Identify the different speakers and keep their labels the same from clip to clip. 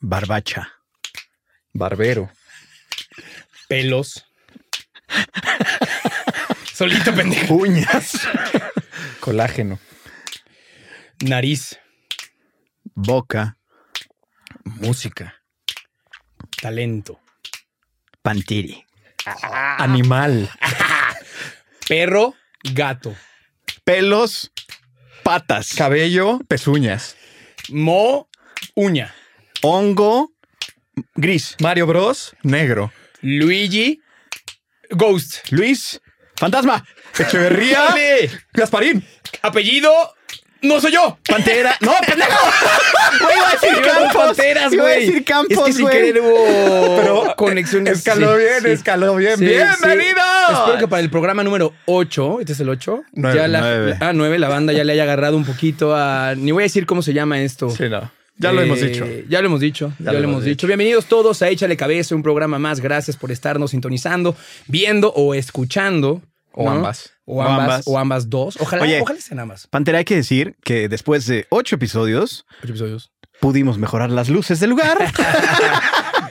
Speaker 1: Barbacha.
Speaker 2: Barbero. Pelos. Solito pendejo.
Speaker 1: Uñas.
Speaker 2: Colágeno. Nariz.
Speaker 1: Boca.
Speaker 2: Música. Talento.
Speaker 1: Pantiri.
Speaker 3: Animal.
Speaker 2: Perro. Gato.
Speaker 1: Pelos. Patas.
Speaker 3: Cabello. Pezuñas.
Speaker 2: Mo. Uña.
Speaker 1: Hongo. Gris.
Speaker 3: Mario Bros. Negro.
Speaker 2: Luigi. Ghost.
Speaker 1: Luis. Fantasma.
Speaker 3: Echeverría.
Speaker 2: ¡Dale!
Speaker 3: Gasparín.
Speaker 2: Apellido. No soy yo.
Speaker 1: Pantera. No, pendejo. Güey, iba a decir
Speaker 2: Iba con
Speaker 1: Campos.
Speaker 2: Panteras,
Speaker 1: Iba a
Speaker 2: güey.
Speaker 1: decir Campos,
Speaker 2: Es que sin
Speaker 1: güey.
Speaker 2: querer hubo conexiones.
Speaker 3: Escaló
Speaker 2: Sí,
Speaker 3: bien,
Speaker 2: sí.
Speaker 3: escaló bien.
Speaker 2: Sí,
Speaker 3: ¡Bienvenido!
Speaker 2: sí. Espero que para el programa número 8, este es el 8,
Speaker 3: Nueve,
Speaker 2: ya la,
Speaker 1: nueve.
Speaker 2: la- ah, 9, la banda ya le haya agarrado un poquito a. Ni voy a decir cómo se llama esto.
Speaker 3: Sí, no. Ya lo
Speaker 2: Eh,
Speaker 3: hemos dicho.
Speaker 2: Ya lo hemos dicho. Ya, lo hemos dicho. Bienvenidos todos a Échale Cabeza, un programa más. Gracias por estarnos sintonizando, viendo o escuchando.
Speaker 3: O
Speaker 2: ¿no?
Speaker 3: ambas.
Speaker 2: O ambas, o ambas.
Speaker 1: ambas.
Speaker 2: dos. Ojalá,
Speaker 1: Oye.
Speaker 2: ojalá sean ambas.
Speaker 1: Pantera, hay que decir que después de ocho episodios
Speaker 2: Ocho episodios.
Speaker 1: pudimos mejorar las luces del lugar.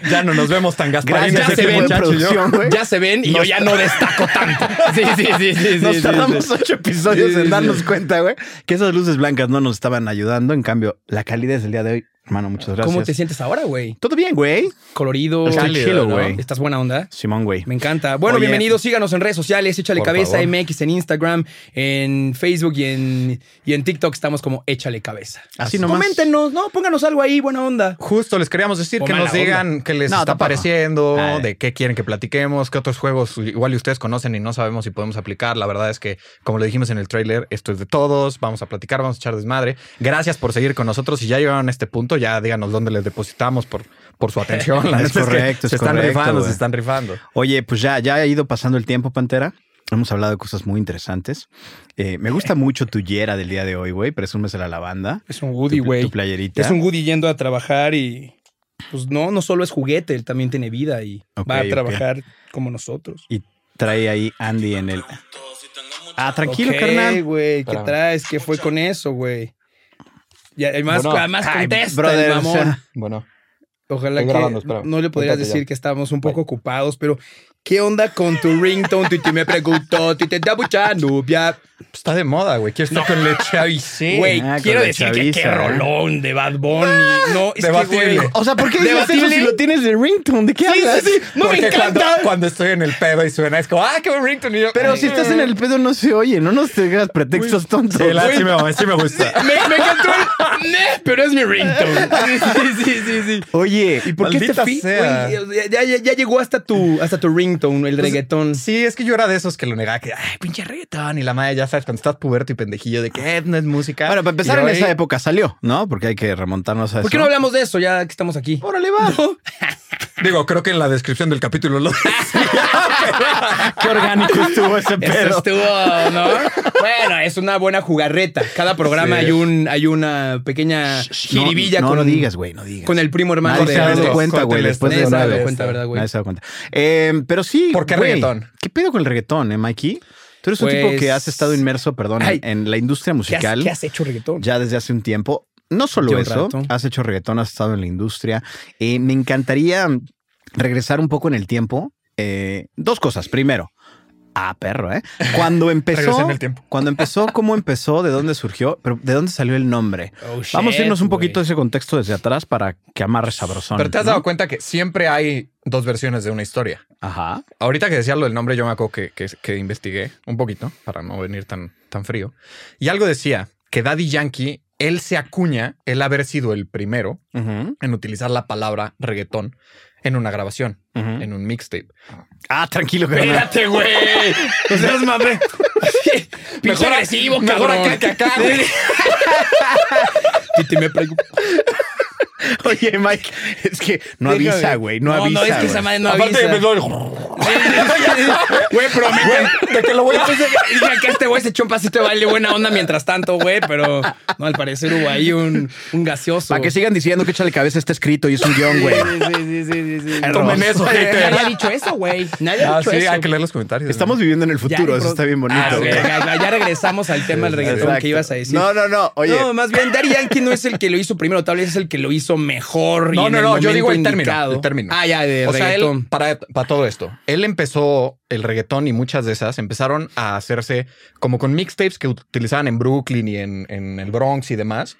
Speaker 3: Ya no nos vemos tan Gasparín.
Speaker 1: Gracias
Speaker 2: Ah, ya
Speaker 1: a
Speaker 2: se
Speaker 1: ese
Speaker 2: ven,
Speaker 1: equipo de
Speaker 3: muchacho y yo.
Speaker 1: producción, güey.
Speaker 2: Ya se ven y yo ya no destaco tanto. Sí, sí, sí, sí.
Speaker 1: Nos
Speaker 2: sí, sí,
Speaker 1: tardamos
Speaker 2: sí.
Speaker 1: ocho episodios
Speaker 2: Sí, sí,
Speaker 1: en darnos
Speaker 2: sí.
Speaker 1: cuenta, güey, que esas luces blancas no nos estaban ayudando. En cambio, la calidez del día de hoy, hermano, muchas gracias.
Speaker 2: ¿Cómo te sientes ahora, güey?
Speaker 1: Todo bien, güey.
Speaker 2: Colorido.
Speaker 1: Está
Speaker 2: cálido,
Speaker 1: chilo,
Speaker 2: ¿no?
Speaker 1: güey.
Speaker 2: Estás buena onda.
Speaker 1: Simón, güey.
Speaker 2: Me encanta. Bueno,
Speaker 1: Oye.
Speaker 2: bienvenidos. Síganos en redes sociales. Échale
Speaker 3: Por
Speaker 2: cabeza
Speaker 3: favor.
Speaker 2: MX en Instagram, en Facebook y en, y en TikTok. Estamos como Échale cabeza.
Speaker 1: Así nomás.
Speaker 2: Coméntenos, ¿no? Pónganos algo ahí, buena onda.
Speaker 3: Justo les queríamos decir
Speaker 2: O
Speaker 3: que
Speaker 2: mala
Speaker 3: nos digan qué les
Speaker 1: No,
Speaker 3: está
Speaker 1: tampoco.
Speaker 3: pareciendo,
Speaker 1: Ah,
Speaker 3: de qué quieren que platiquemos, qué otros juegos igual y ustedes conocen y no sabemos si podemos aplicar. La verdad es que, como lo dijimos en el tráiler, esto es de todos. Vamos a platicar, vamos a echar desmadre. Gracias por seguir con nosotros. Si ya llegaron a este punto, ya díganos dónde les depositamos por, por su atención. La
Speaker 1: Es
Speaker 3: neta que
Speaker 1: correcto, es
Speaker 3: se están
Speaker 1: correcto,
Speaker 3: rifando,
Speaker 1: güey.
Speaker 3: se están rifando.
Speaker 1: Oye, pues ya, ya ha ido pasando el tiempo, Pantera. Hemos hablado de cosas muy interesantes. Eh, me gusta mucho tu yera del día de hoy, güey. Presúmesela a la banda.
Speaker 2: Es un Woody,
Speaker 1: Tu-
Speaker 2: güey.
Speaker 1: Tu playerita.
Speaker 2: Es un Woody yendo a trabajar y. Pues no, no solo es juguete, él también tiene vida y
Speaker 1: Ok,
Speaker 2: va a
Speaker 1: ok.
Speaker 2: trabajar como nosotros.
Speaker 1: Y trae ahí Andy en el. Ah, tranquilo,
Speaker 2: Ok,
Speaker 1: carnal.
Speaker 2: güey, ¿qué
Speaker 3: Espérame.
Speaker 2: traes? ¿Qué fue con eso, güey? Y además,
Speaker 3: Bueno,
Speaker 2: además
Speaker 1: ay,
Speaker 2: contesta,
Speaker 1: brother,
Speaker 2: el mamón.
Speaker 1: o sea,
Speaker 3: Bueno,
Speaker 2: Ojalá que
Speaker 3: estoy grabando, espérame.
Speaker 2: no le podrías
Speaker 3: Cuéntate
Speaker 2: decir
Speaker 3: ya.
Speaker 2: que estamos un poco ocupados, pero ¿qué onda con tu ringtone? Titi me preguntó, Titi te abuchando, ya.
Speaker 3: Pues está de moda, güey. Quieres estar con leche avisé.
Speaker 2: Güey,
Speaker 1: ah, con
Speaker 2: quiero
Speaker 1: la
Speaker 2: decir que
Speaker 1: chaviza,
Speaker 2: qué
Speaker 1: ¿eh?
Speaker 2: rolón de Bad Bunny. No, es que,
Speaker 3: Debatible.
Speaker 2: güey.
Speaker 1: O sea, ¿por qué dices eso
Speaker 2: Debatible.
Speaker 1: si lo tienes de ringtone? ¿De qué
Speaker 2: Sí,
Speaker 1: hablas?
Speaker 2: sí, sí. No me
Speaker 3: Porque cuando,
Speaker 2: encanta.
Speaker 3: cuando estoy en el pedo y suena, es como, ah, qué buen ringtone. Y yo,
Speaker 1: Pero si estás en el pedo no se oye, no nos tengas pretextos tontos.
Speaker 3: Sí, la- sí me- sí me gusta.
Speaker 2: Me, me encantó el... "Neh", pero es mi ringtone. Sí, sí, sí, sí.
Speaker 1: Oye,
Speaker 2: ¿Y por qué
Speaker 3: Maldita
Speaker 2: te fi-
Speaker 3: sea.
Speaker 2: este güey, o sea, ya, ya- ya llegó hasta tu, hasta tu ringtone, el
Speaker 1: Pues,
Speaker 2: reggaetón.
Speaker 3: Pues, Sí, es que yo era de esos que lo negaba, que, ay, pinche reggaetón. Y la madre, ya sabes, cuando estás puberto y pendejillo, de que "Eh, no es música.
Speaker 1: Bueno, para empezar,
Speaker 3: Y
Speaker 1: en
Speaker 3: hoy-
Speaker 1: esa época salió, ¿no? Porque hay que remontarnos a eso.
Speaker 2: ¿Por qué no hablamos de eso ya que estamos aquí?
Speaker 1: Órale, va.
Speaker 3: Digo, creo que en la descripción del capítulo lo
Speaker 1: Ah, Qué
Speaker 2: Ah,
Speaker 1: orgánico estuvo ese
Speaker 2: Eso
Speaker 1: pedo.
Speaker 2: estuvo, ¿no? bueno, es una buena jugarreta. Cada programa
Speaker 3: Sí.
Speaker 2: hay un hay una pequeña Ah, jiribilla
Speaker 1: no, no,
Speaker 2: con,
Speaker 1: no digas, güey, no digas.
Speaker 2: con el primo hermano
Speaker 1: Nadie
Speaker 2: de
Speaker 1: se ha dado
Speaker 3: Ernesto.
Speaker 1: cuenta, güey.
Speaker 3: Córtenle
Speaker 1: Después
Speaker 2: esto.
Speaker 1: de
Speaker 2: Nadie se ha
Speaker 1: una
Speaker 2: dado
Speaker 1: vez.
Speaker 2: cuenta, ¿verdad, güey?
Speaker 1: Nadie se ha dado cuenta. Eh, pero sí.
Speaker 3: ¿Por qué
Speaker 1: güey,
Speaker 3: reggaetón?
Speaker 1: ¿Qué pedo con el reggaetón, eh, Mikey? Tú eres
Speaker 2: Pues-
Speaker 1: un tipo que has estado inmerso, perdón, en-
Speaker 2: Ay.
Speaker 1: en la industria
Speaker 2: ¿Qué has,
Speaker 1: musical
Speaker 2: qué has hecho reggaetón?
Speaker 1: ya desde hace un tiempo. No solo
Speaker 2: Llevo un
Speaker 1: eso,
Speaker 2: rato.
Speaker 1: has hecho reggaetón, has estado en la industria. Eh, me encantaría regresar un poco en el tiempo. Eh, dos cosas. Primero, ah, perro, ¿eh? Cuando empezó,
Speaker 3: Regresé en el tiempo.
Speaker 1: cuando empezó, cómo empezó, de dónde surgió, pero de dónde salió el nombre.
Speaker 2: Oh, shit,
Speaker 1: Vamos a irnos un
Speaker 2: güey.
Speaker 1: poquito de ese contexto desde atrás para que amarre sabrosón.
Speaker 3: Pero te has
Speaker 1: ¿no?
Speaker 3: dado cuenta que siempre hay dos versiones de una historia.
Speaker 1: Ajá.
Speaker 3: Ahorita que decía lo del nombre, yo me acuerdo que, que- que investigué un poquito para no venir tan, tan frío. Y algo decía que Daddy Yankee, él se acuña el haber sido el primero
Speaker 1: Ujú,
Speaker 3: en utilizar la palabra reggaetón en una grabación,
Speaker 1: ujú.
Speaker 3: en un mixtape.
Speaker 1: Ah, tranquilo, carnal.
Speaker 2: Espérate, güey. No seas mame. Pinche
Speaker 3: Mejor a-
Speaker 2: agresivo,
Speaker 3: mejor
Speaker 2: cabrón.
Speaker 3: acá que acá, güey.
Speaker 2: Titi me preocupa.
Speaker 1: Oye, Mike, es que no
Speaker 2: Déjame.
Speaker 1: avisa, güey. No, avisa.
Speaker 2: No, es que
Speaker 1: güey.
Speaker 2: esa madre no
Speaker 3: Aparte,
Speaker 2: avisa.
Speaker 3: pues, lo-
Speaker 2: Güey, pero me-
Speaker 3: De que lo voy a
Speaker 2: Entonces, dije que este güey se echó un pasito de baile buena onda mientras tanto, güey, pero no, al parecer hubo ahí un, un gaseoso.
Speaker 1: Para que sigan diciendo que échale cabeza está escrito y es un guión, güey.
Speaker 2: Sí, sí, sí, sí, sí.
Speaker 3: Tomen eso, hater.
Speaker 2: Nadie ha dicho eso, güey. Nadie ha
Speaker 3: Ah,
Speaker 2: dicho
Speaker 3: sí,
Speaker 2: eso.
Speaker 3: hay que leer los comentarios.
Speaker 1: Estamos viviendo en el
Speaker 2: Ya,
Speaker 1: futuro,
Speaker 2: y
Speaker 1: eso
Speaker 2: pro-
Speaker 1: está bien bonito.
Speaker 2: Ah, ok,
Speaker 1: güey.
Speaker 2: ya, ya regresamos al tema del reggaetón
Speaker 1: Exacto.
Speaker 2: que ibas a decir.
Speaker 1: No, no, no. Oye,
Speaker 2: No, más bien, Daddy Yankee no es el que lo hizo primero, tal vez es el que lo hizo mejor. y
Speaker 3: No,
Speaker 2: en
Speaker 3: no,
Speaker 2: el
Speaker 3: no, yo digo el
Speaker 2: momento
Speaker 3: término,
Speaker 2: indicado.
Speaker 3: el término.
Speaker 2: Ah, ya, de
Speaker 3: o sea,
Speaker 2: reggaetón.
Speaker 3: él, para, para todo esto, él empezó el reggaetón y muchas de esas empezaron a hacerse como con mixtapes que utilizaban en Brooklyn y en, en el Bronx y demás.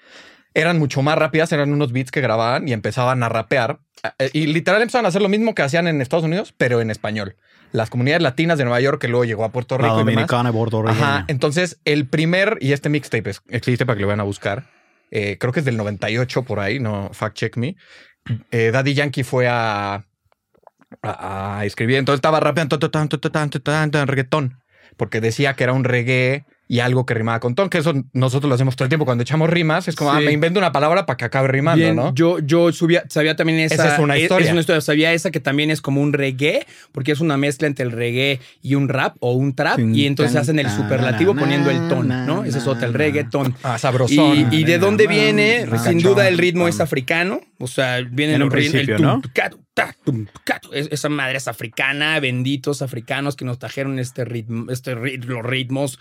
Speaker 3: Eran mucho más rápidas, eran unos beats que grababan y empezaban a rapear. Eh, Y literal empezaban a hacer lo mismo que hacían en Estados Unidos, pero en español. Las comunidades latinas de Nueva York, que luego llegó a Puerto
Speaker 1: la
Speaker 3: Rico y demás.
Speaker 1: dominicana, bordo
Speaker 3: Ajá. Entonces, el primer, y este mixtape es- existe para que lo vayan a buscar. eh, creo que es del 98 por ahí, no fact check me. Eh, Daddy Yankee fue a, a, a escribir, entonces estaba rapeando tan, tan, tan, tan, tan, tan, tan, tan, reggaetón, porque decía que era un reggae y algo que rimaba con ton, que eso nosotros lo hacemos todo el tiempo. Cuando echamos rimas, es como, ah,
Speaker 2: Sí.
Speaker 3: me invento una palabra para que acabe rimando,
Speaker 2: Bien,
Speaker 3: ¿no?
Speaker 2: Yo, yo subía- sabía también esa.
Speaker 3: Esa es una historia.
Speaker 2: Es, una historia. Sabía esa que también es como un reggae, porque es una mezcla entre el reggae y un rap o un trap.
Speaker 1: Tin,
Speaker 2: Y entonces
Speaker 1: tan,
Speaker 2: hacen el
Speaker 1: tan,
Speaker 2: superlativo
Speaker 1: na,
Speaker 2: poniendo el ton,
Speaker 1: na,
Speaker 2: ¿no? Ese es otro, el
Speaker 1: na,
Speaker 2: reggaetón.
Speaker 3: Ah, sabrosón.
Speaker 2: Y, y
Speaker 1: na,
Speaker 2: de dónde
Speaker 1: na,
Speaker 2: viene,
Speaker 1: na,
Speaker 2: sin
Speaker 1: na,
Speaker 2: duda
Speaker 1: na,
Speaker 2: el ritmo
Speaker 1: na.
Speaker 2: es africano, o sea, viene
Speaker 1: En
Speaker 2: el
Speaker 1: un
Speaker 2: ritmo
Speaker 1: principio, ¿no?
Speaker 2: esa madre es africana, benditos africanos que nos trajeron este ritmo, este rit- los ritmos.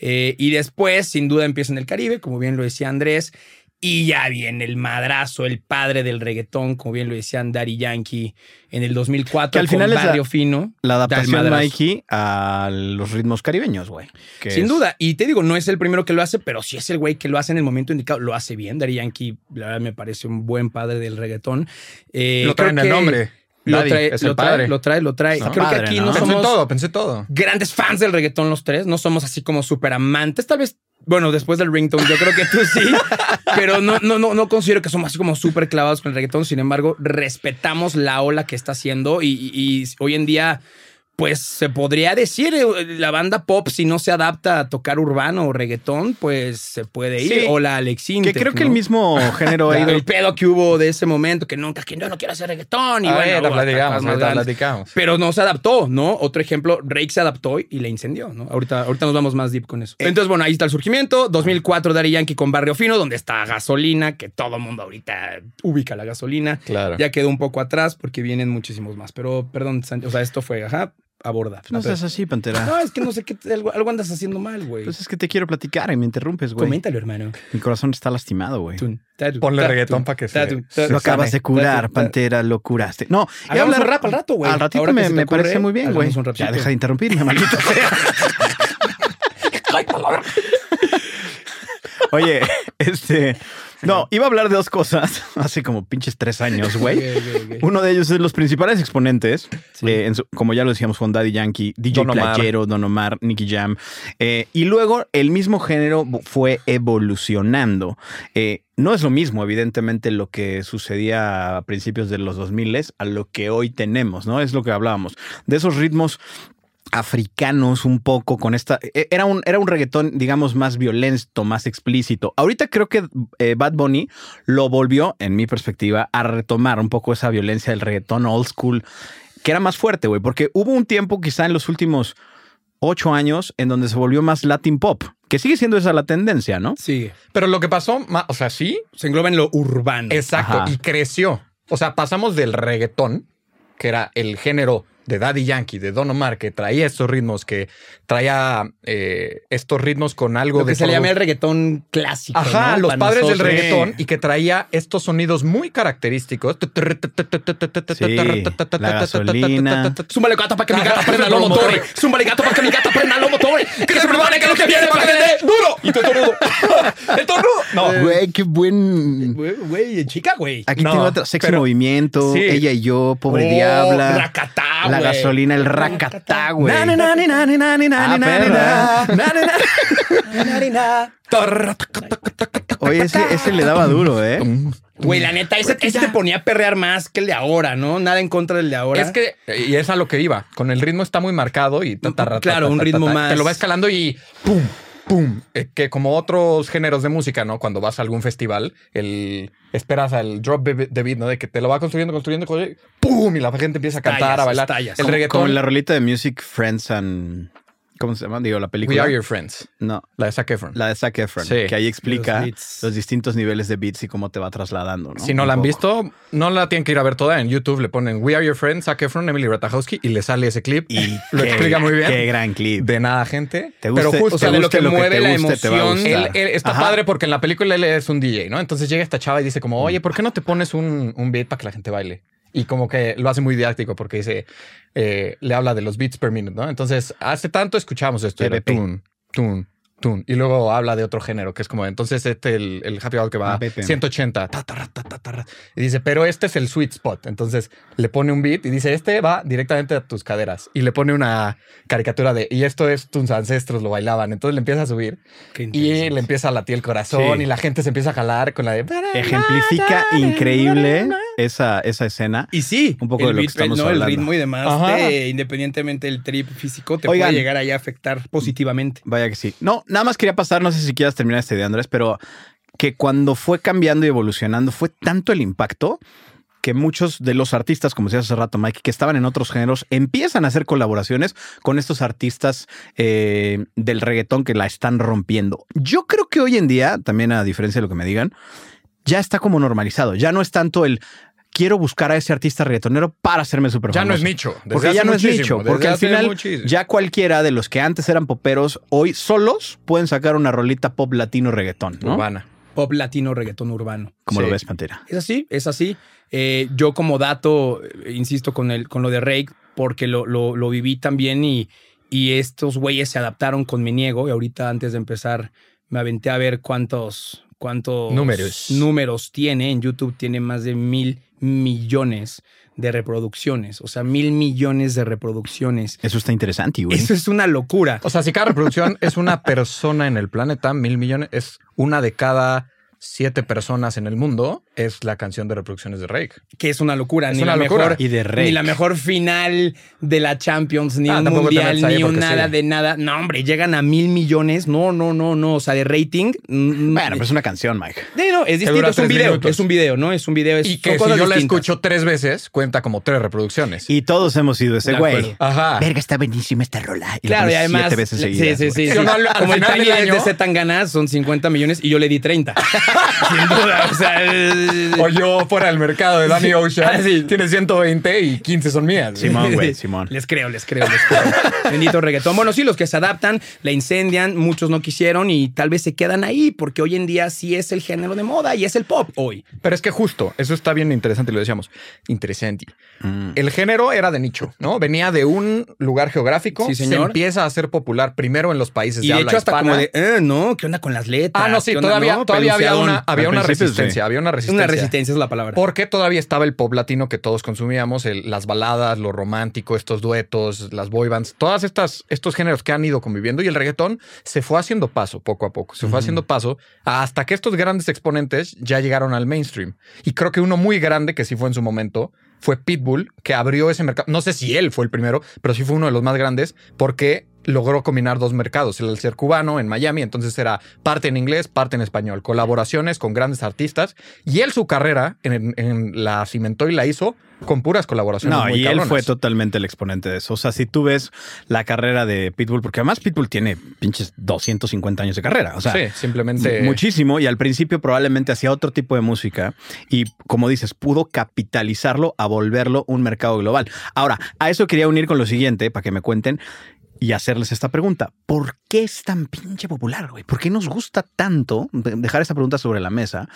Speaker 2: Eh, y después, sin duda, empieza en el Caribe, como bien lo decía Andrés. Y ya viene el madrazo, el padre del reggaetón, como bien lo decían Daddy Yankee en el 2004
Speaker 1: Que al final
Speaker 2: con
Speaker 1: es la-
Speaker 2: Barrio Fino.
Speaker 1: La adaptación
Speaker 2: Del madrazo.
Speaker 1: Mikey a los ritmos caribeños, güey. que
Speaker 2: Sin
Speaker 1: es-
Speaker 2: duda. Y te digo, no es el primero que lo hace, pero sí es el güey que lo hace en el momento indicado. Lo hace bien. Daddy Yankee, la verdad, me parece un buen padre del reggaetón. Eh,
Speaker 3: lo
Speaker 2: creo
Speaker 3: traen el
Speaker 2: que
Speaker 3: nombre.
Speaker 2: Lo
Speaker 3: Daddy,
Speaker 2: trae,
Speaker 3: es el
Speaker 2: lo, trae,
Speaker 3: padre.
Speaker 2: lo trae, lo trae.
Speaker 1: Es el
Speaker 2: Creo
Speaker 1: padre,
Speaker 2: que aquí
Speaker 1: ¿no?
Speaker 2: no,
Speaker 1: Pensé
Speaker 3: pensé
Speaker 2: somos
Speaker 3: todo, pensé todo.
Speaker 2: grandes fans del reggaetón los tres. No somos así como súper amantes. Tal vez, bueno, después del ringtone, yo creo que tú sí. pero no, no, no, no considero que somos así como súper clavados con el reggaetón. Sin embargo, respetamos la ola que está haciendo y, y- y hoy en día... Pues se podría decir, eh, la banda pop, si no se adapta a tocar urbano o reggaetón, pues se puede ir.
Speaker 1: Sí.
Speaker 2: O la Alex
Speaker 1: Que creo que el mismo género ha
Speaker 2: El,
Speaker 1: ido
Speaker 2: pedo que hubo de ese momento, que nunca, que yo no quiero hacer reggaetón. Y bueno,
Speaker 3: Ah, ahorita
Speaker 2: hubo hasta
Speaker 3: platicamos,
Speaker 2: cosas más
Speaker 3: ahorita
Speaker 2: grandes.
Speaker 3: platicamos.
Speaker 2: Pero no se adaptó, ¿no? Otro ejemplo, Drake se adaptó y la incendió, ¿no? Ahorita, ahorita nos vamos más deep con eso.
Speaker 3: Eh.
Speaker 2: Entonces, bueno, ahí está el surgimiento. 2004, Daddy Yankee con Barrio Fino, donde está gasolina, que todo mundo ahorita ubica la gasolina.
Speaker 3: Claro.
Speaker 2: Ya quedó un poco atrás porque vienen muchísimos más. Pero, perdón, San- o sea, esto fue, ajá, aborda.
Speaker 1: No seas así, Pantera.
Speaker 2: No, es que no sé qué, te- algo, algo andas haciendo mal, güey.
Speaker 1: Pues es que te quiero platicar y me interrumpes, güey.
Speaker 2: Coméntalo, hermano.
Speaker 1: Mi corazón está lastimado, güey.
Speaker 2: Tun, tatu,
Speaker 3: Ponle
Speaker 2: tatu,
Speaker 3: reggaetón pa' que se-
Speaker 2: tatu, tatu,
Speaker 1: Lo acabas de curar,
Speaker 2: tatu, tatu.
Speaker 1: Pantera, lo curaste. No, y
Speaker 2: Hagamos
Speaker 1: hablar-
Speaker 2: un rap al rato, güey.
Speaker 1: Al ratito
Speaker 2: Ahora que
Speaker 1: me,
Speaker 2: se te
Speaker 1: me
Speaker 2: ocurre,
Speaker 1: parece muy bien, güey.
Speaker 2: hagamos un
Speaker 1: Ya
Speaker 2: rapcito.
Speaker 1: deja de interrumpirme, maldito sea. Oye, este... No, iba a hablar de dos cosas hace como pinches tres años, güey.
Speaker 2: Ok, ok, ok.
Speaker 1: Uno de ellos es los principales exponentes, eh, en su- como ya lo decíamos con Daddy Yankee, DJ
Speaker 3: Don Omar.
Speaker 1: Playero, Don Omar, Nicky Jam. Eh, y luego el mismo género bu- fue evolucionando. Eh, no es lo mismo, evidentemente, lo que sucedía a principios de los 2000 a lo que hoy tenemos, ¿no? Es lo que hablábamos. De esos ritmos africanos un poco con esta e- era un era un reggaetón digamos más violento más explícito ahorita creo que eh, Bad Bunny lo volvió en mi perspectiva a retomar un poco esa violencia del reggaetón old school que era más fuerte güey porque hubo un tiempo quizá en los últimos ocho años en donde se volvió más Latin pop que sigue siendo esa la tendencia no
Speaker 2: Sigue.
Speaker 3: Pero lo que pasó, ma- o sea, sí,
Speaker 2: se engloba en lo urbano.
Speaker 3: Exacto,
Speaker 1: Ajá.
Speaker 3: y creció. O sea, pasamos del reggaetón, que era el género de Daddy Yankee, de Don Omar, que traía estos ritmos, que traía eh, estos ritmos con algo
Speaker 2: lo
Speaker 3: de...
Speaker 2: que se le
Speaker 3: produ-
Speaker 2: llama el reggaetón clásico.
Speaker 3: Ajá,
Speaker 2: ¿no?
Speaker 3: los
Speaker 2: Para
Speaker 3: padres del
Speaker 2: nosotros.
Speaker 3: reggaetón y que traía estos sonidos muy característicos.
Speaker 1: Sí, la gasolina.
Speaker 2: Súmbale gato para que mi gata prenda los motores. Súmbale gato para que mi gata prenda los motores. Que se prepare que lo que viene para que le dé duro. Y tu tornudo. El tornudo. No.
Speaker 1: Oh,
Speaker 3: Eh,
Speaker 1: güey qué buen
Speaker 2: Güey, Güey, chica, güey.
Speaker 1: aquí
Speaker 3: No,
Speaker 1: tengo otra sexo
Speaker 3: pero-
Speaker 1: movimiento
Speaker 3: sí.
Speaker 1: ella y yo pobre
Speaker 2: Oh,
Speaker 1: diabla
Speaker 2: racatá,
Speaker 1: la
Speaker 2: güey.
Speaker 1: gasolina el racatá güey
Speaker 3: Na, na, na, na, na, na, na, na,
Speaker 1: Ah,
Speaker 3: na,
Speaker 1: perra.
Speaker 3: na, na, na, na. Tarra, taca, taca, taca, taca.
Speaker 1: oye ese, ese le daba duro eh
Speaker 2: Güey, la neta, ese, ese te ponía a perrear más que el de ahora, ¿no? Nada en contra del de ahora.
Speaker 3: Es que, y es a lo que iba, con el ritmo está muy marcado y ta, ta, ra, ta,
Speaker 2: Claro,
Speaker 3: ta,
Speaker 2: un
Speaker 3: ta,
Speaker 2: ritmo
Speaker 3: ta, ta.
Speaker 2: más-
Speaker 3: Te lo va escalando y ¡pum! ¡pum! Eh, que como otros géneros de música, ¿no? Cuando vas a algún festival, el esperas al drop de de beat, ¿no? De que te lo va construyendo, construyendo, construyendo, ¡pum! Y la gente empieza a cantar,
Speaker 2: Estallas,
Speaker 3: a bailar.
Speaker 2: estallas.
Speaker 3: El
Speaker 1: Como-
Speaker 3: reggaetón.
Speaker 1: Como la rolita de Music Friends and. ¿Cómo se llama? Digo, la
Speaker 3: We
Speaker 1: película.
Speaker 3: Are Your Friends.
Speaker 1: No,
Speaker 3: La de Zac Efron.
Speaker 1: la de Zac Efron,
Speaker 3: Sí.
Speaker 1: que ahí explica
Speaker 2: Los
Speaker 1: los,
Speaker 2: beats.
Speaker 1: distintos niveles de beats y cómo te va trasladando. ¿no?
Speaker 3: si no
Speaker 1: Un
Speaker 3: la han
Speaker 1: poco.
Speaker 3: visto, no la tienen que ir a ver toda. En YouTube le ponen We Are Your Friends, Zac Efron, Emily Ratajkowski y le sale ese clip.
Speaker 1: Y
Speaker 3: lo
Speaker 1: qué-
Speaker 3: explica muy bien.
Speaker 1: Qué gran clip.
Speaker 3: De nada, gente.
Speaker 1: Te guste,
Speaker 3: Pero justo
Speaker 1: te
Speaker 2: o sea, de lo
Speaker 1: guste
Speaker 2: que mueve
Speaker 1: te
Speaker 2: la
Speaker 1: guste, te va a
Speaker 2: emoción,
Speaker 1: gustar.
Speaker 3: Él, él- está
Speaker 1: Ajá.
Speaker 3: padre porque en la película él es un DJ, ¿no? Entonces llega esta chava y dice como, oye, ¿por qué no te pones un, un beat para que la gente baile? Y como que lo hace muy didáctico porque dice, eh, le habla de los beats per minute, ¿no? Entonces, hace tanto escuchamos esto, era
Speaker 1: BPP.
Speaker 3: tun, tun, tun. Y luego habla de otro género, que es como, entonces este, el, el happy hour que va
Speaker 1: Ah,
Speaker 3: a
Speaker 1: BPM.
Speaker 3: 180, ta, ta, ra, ta, ta, ta, ra. y dice, pero este es el sweet spot. Entonces le pone un beat y dice, este va directamente a tus caderas. Y le pone una caricatura de, y esto es tus ancestros lo bailaban. Entonces le empieza a subir. Y le empieza a latir el corazón
Speaker 1: Sí.
Speaker 3: y la gente se empieza a jalar con la de.
Speaker 1: Ejemplifica increíble esa, esa escena.
Speaker 2: Y sí,
Speaker 1: Un poco de lo que estamos
Speaker 2: ¿no?
Speaker 1: hablando.
Speaker 2: El ritmo y demás,
Speaker 3: Ajá.
Speaker 2: te- independientemente del trip físico, te
Speaker 1: Oigan.
Speaker 2: puede llegar ahí a afectar positivamente.
Speaker 1: Vaya que sí. No, nada más quería pasar, no sé si quieras terminar este idea, Andrés, pero que cuando fue cambiando y evolucionando fue tanto el impacto que muchos de los artistas, como decías hace rato, Mike, que estaban en otros géneros, empiezan a hacer colaboraciones con estos artistas eh, del reggaetón que la están rompiendo. Yo creo que hoy en día, también a diferencia de lo que me digan, ya está como normalizado. Ya no es tanto el quiero buscar a ese artista reggaetonero para hacerme súper
Speaker 3: Ya no es
Speaker 1: famoso".
Speaker 3: nicho. desde
Speaker 1: Porque
Speaker 3: hace
Speaker 1: ya no es
Speaker 3: muchísimo,
Speaker 1: nicho,
Speaker 3: desde
Speaker 1: porque al
Speaker 3: hace
Speaker 1: final
Speaker 3: muchísimo.
Speaker 1: ya cualquiera de los que antes eran poperos, hoy solos pueden sacar una rolita pop latino reggaetón, ¿no?
Speaker 3: Urbana.
Speaker 2: Pop latino, reggaetón urbano.
Speaker 1: Como lo
Speaker 3: Sí.
Speaker 1: ves, Pantera.
Speaker 2: Es así, es así. Eh, yo como dato, eh, insisto con, el, con lo de Rake, porque lo, lo- lo viví también y, y estos güeyes se adaptaron con mi niego. Y ahorita antes de empezar me aventé a ver cuántos, cuántos
Speaker 3: Números.
Speaker 2: números tiene. En YouTube tiene más de mil millones de reproducciones. O sea, mil millones de reproducciones.
Speaker 1: Eso está interesante, güey.
Speaker 2: Eso es una locura.
Speaker 3: O sea, si cada reproducción es una persona en el planeta, mil millones, es una de cada siete personas en el mundo, es la canción de reproducciones de Rake.
Speaker 2: que es una locura.
Speaker 3: Es
Speaker 2: ni
Speaker 3: una
Speaker 2: la
Speaker 3: locura.
Speaker 2: Mejor,
Speaker 1: Y de Rake.
Speaker 2: Ni la mejor final de la Champions, ni
Speaker 3: Ah,
Speaker 2: un
Speaker 3: tampoco te
Speaker 2: mundial,
Speaker 3: metas ahí
Speaker 2: ni un
Speaker 3: porque
Speaker 2: nada
Speaker 3: sí.
Speaker 2: de nada. No, hombre, llegan a mil millones. No, no, no, no. O sea, de rating. mm,
Speaker 1: Bueno, pero es una canción, Mike.
Speaker 2: Sí, no, es distinto.
Speaker 3: dura
Speaker 2: Es un
Speaker 3: tres
Speaker 2: video.
Speaker 3: minutos.
Speaker 2: Es un video, ¿no? Es un video. es-
Speaker 3: Y
Speaker 2: son
Speaker 3: que si yo
Speaker 2: cosas
Speaker 3: la
Speaker 2: distintas.
Speaker 3: escucho tres veces, cuenta como tres reproducciones.
Speaker 1: Y todos hemos sido ese
Speaker 2: De
Speaker 1: güey.
Speaker 2: acuerdo.
Speaker 3: Ajá.
Speaker 1: Verga, está buenísima esta rola. Ah. Y la
Speaker 2: Claro, y
Speaker 1: pones
Speaker 2: además.
Speaker 1: Siete veces
Speaker 2: sí,
Speaker 1: seguidas,
Speaker 2: sí, sí,
Speaker 1: güey.
Speaker 2: sí.
Speaker 3: Sí, no, al- al
Speaker 2: Como el
Speaker 3: final del
Speaker 2: timeline de
Speaker 3: año-
Speaker 2: Zetangana son 50 millones y yo le di 30. Sin duda. O sea, el-
Speaker 3: O yo fuera del mercado de Danny Ocean,
Speaker 2: Ah, sí.
Speaker 3: tiene 120 y 15 son mías.
Speaker 1: Simón, güey, Simón.
Speaker 2: Les creo, les creo, les creo. Bendito reggaetón. Bueno, sí, los que se adaptan, la incendian, muchos no quisieron y tal vez se quedan ahí porque hoy en día sí es el género de moda y es el pop hoy.
Speaker 3: Pero es que justo, eso está bien interesante, lo decíamos. Interesante.
Speaker 1: Mm.
Speaker 3: El género era de nicho, ¿no? Venía de un lugar geográfico.
Speaker 2: Sí, señor.
Speaker 3: Se empieza a hacer popular primero en los países
Speaker 2: Y
Speaker 3: de
Speaker 2: de
Speaker 3: habla
Speaker 2: hecho hasta
Speaker 3: hispana.
Speaker 2: como de, eh, no, ¿qué onda con las letras?
Speaker 3: Ah, no, sí,
Speaker 2: ¿Qué onda?
Speaker 3: todavía,
Speaker 2: No,
Speaker 3: todavía había
Speaker 2: peluceadón.
Speaker 3: una, había
Speaker 1: Al
Speaker 3: una
Speaker 1: principio, sí.
Speaker 3: resistencia, había una resistencia.
Speaker 2: Una resistencia es la palabra.
Speaker 3: Porque todavía estaba el pop latino que todos consumíamos, el- las baladas, lo romántico, estos duetos, las boy bands, todas estas estos géneros que han ido conviviendo y el reggaetón se fue haciendo paso poco a poco, se fue haciendo paso hasta que estos grandes exponentes ya llegaron al mainstream. Y creo que uno muy grande que sí fue en su momento fue Pitbull, que abrió ese mercado. No sé si él fue el primero, pero sí fue uno de los más grandes porque logró combinar dos mercados, el al ser cubano en Miami, entonces era parte en inglés, parte en español, colaboraciones con grandes artistas y él su carrera en, en la cimentó y la hizo con puras colaboraciones.
Speaker 1: No,
Speaker 3: muy
Speaker 1: y él
Speaker 3: cabronas.
Speaker 1: fue totalmente el exponente de eso. O sea, si tú ves la carrera de Pitbull, porque además Pitbull tiene pinches 250 años de carrera. O sea,
Speaker 3: sí, simplemente
Speaker 1: Muchísimo, y al principio probablemente hacía otro tipo de música y como dices, pudo capitalizarlo a volverlo un mercado global. Ahora, a eso quería unir con lo siguiente, para que me cuenten y hacerles esta pregunta. ¿Por qué es tan pinche popular, güey? ¿Por qué nos gusta tanto de- dejar esta pregunta sobre la mesa?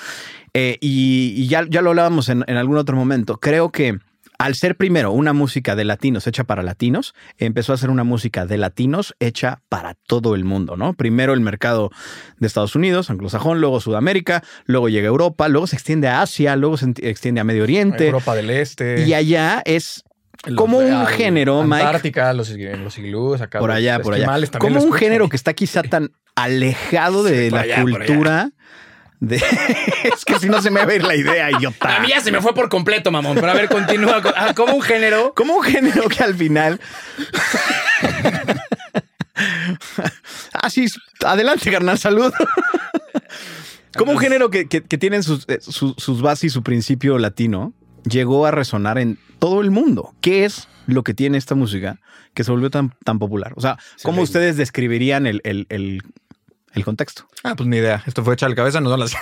Speaker 1: Eh, y y ya, ya lo hablábamos en, en algún otro momento. Creo que... Al ser primero una música de latinos hecha para latinos, empezó a ser una música de latinos hecha para todo el mundo, ¿no? Primero el mercado de Estados Unidos, anglosajón, luego Sudamérica, luego llega Europa, luego se extiende a Asia, luego se ent- extiende a Medio Oriente.
Speaker 3: Europa del Este.
Speaker 1: Y allá es
Speaker 3: los-
Speaker 1: como un
Speaker 3: al-
Speaker 1: género, Mike.
Speaker 3: Antártica, los, los iglús, acá.
Speaker 1: por
Speaker 3: los
Speaker 1: allá, por allá.
Speaker 3: esquimales también
Speaker 1: Como
Speaker 3: lo
Speaker 1: un
Speaker 3: escuchan.
Speaker 1: género que está quizá tan alejado de la
Speaker 3: allá, por allá.
Speaker 1: cultura. De... es que si no se me va a ir la idea, idiota.
Speaker 2: A mí ya se me fue por completo, mamón. Pero a ver, continúa. con- ah, como un género.
Speaker 1: Como un género que al final. ah, sí, adelante, carnal, salud. Como un género que, que- que tiene sus, eh, su- sus bases y su principio latino, llegó a resonar en todo el mundo. ¿Qué es lo que tiene esta música que se volvió tan, tan popular? O sea, ¿cómo
Speaker 2: Excelente.
Speaker 1: ustedes describirían el, el- el- el contexto?
Speaker 3: Ah, pues ni idea. Esto fue echarle cabeza, nos dan las.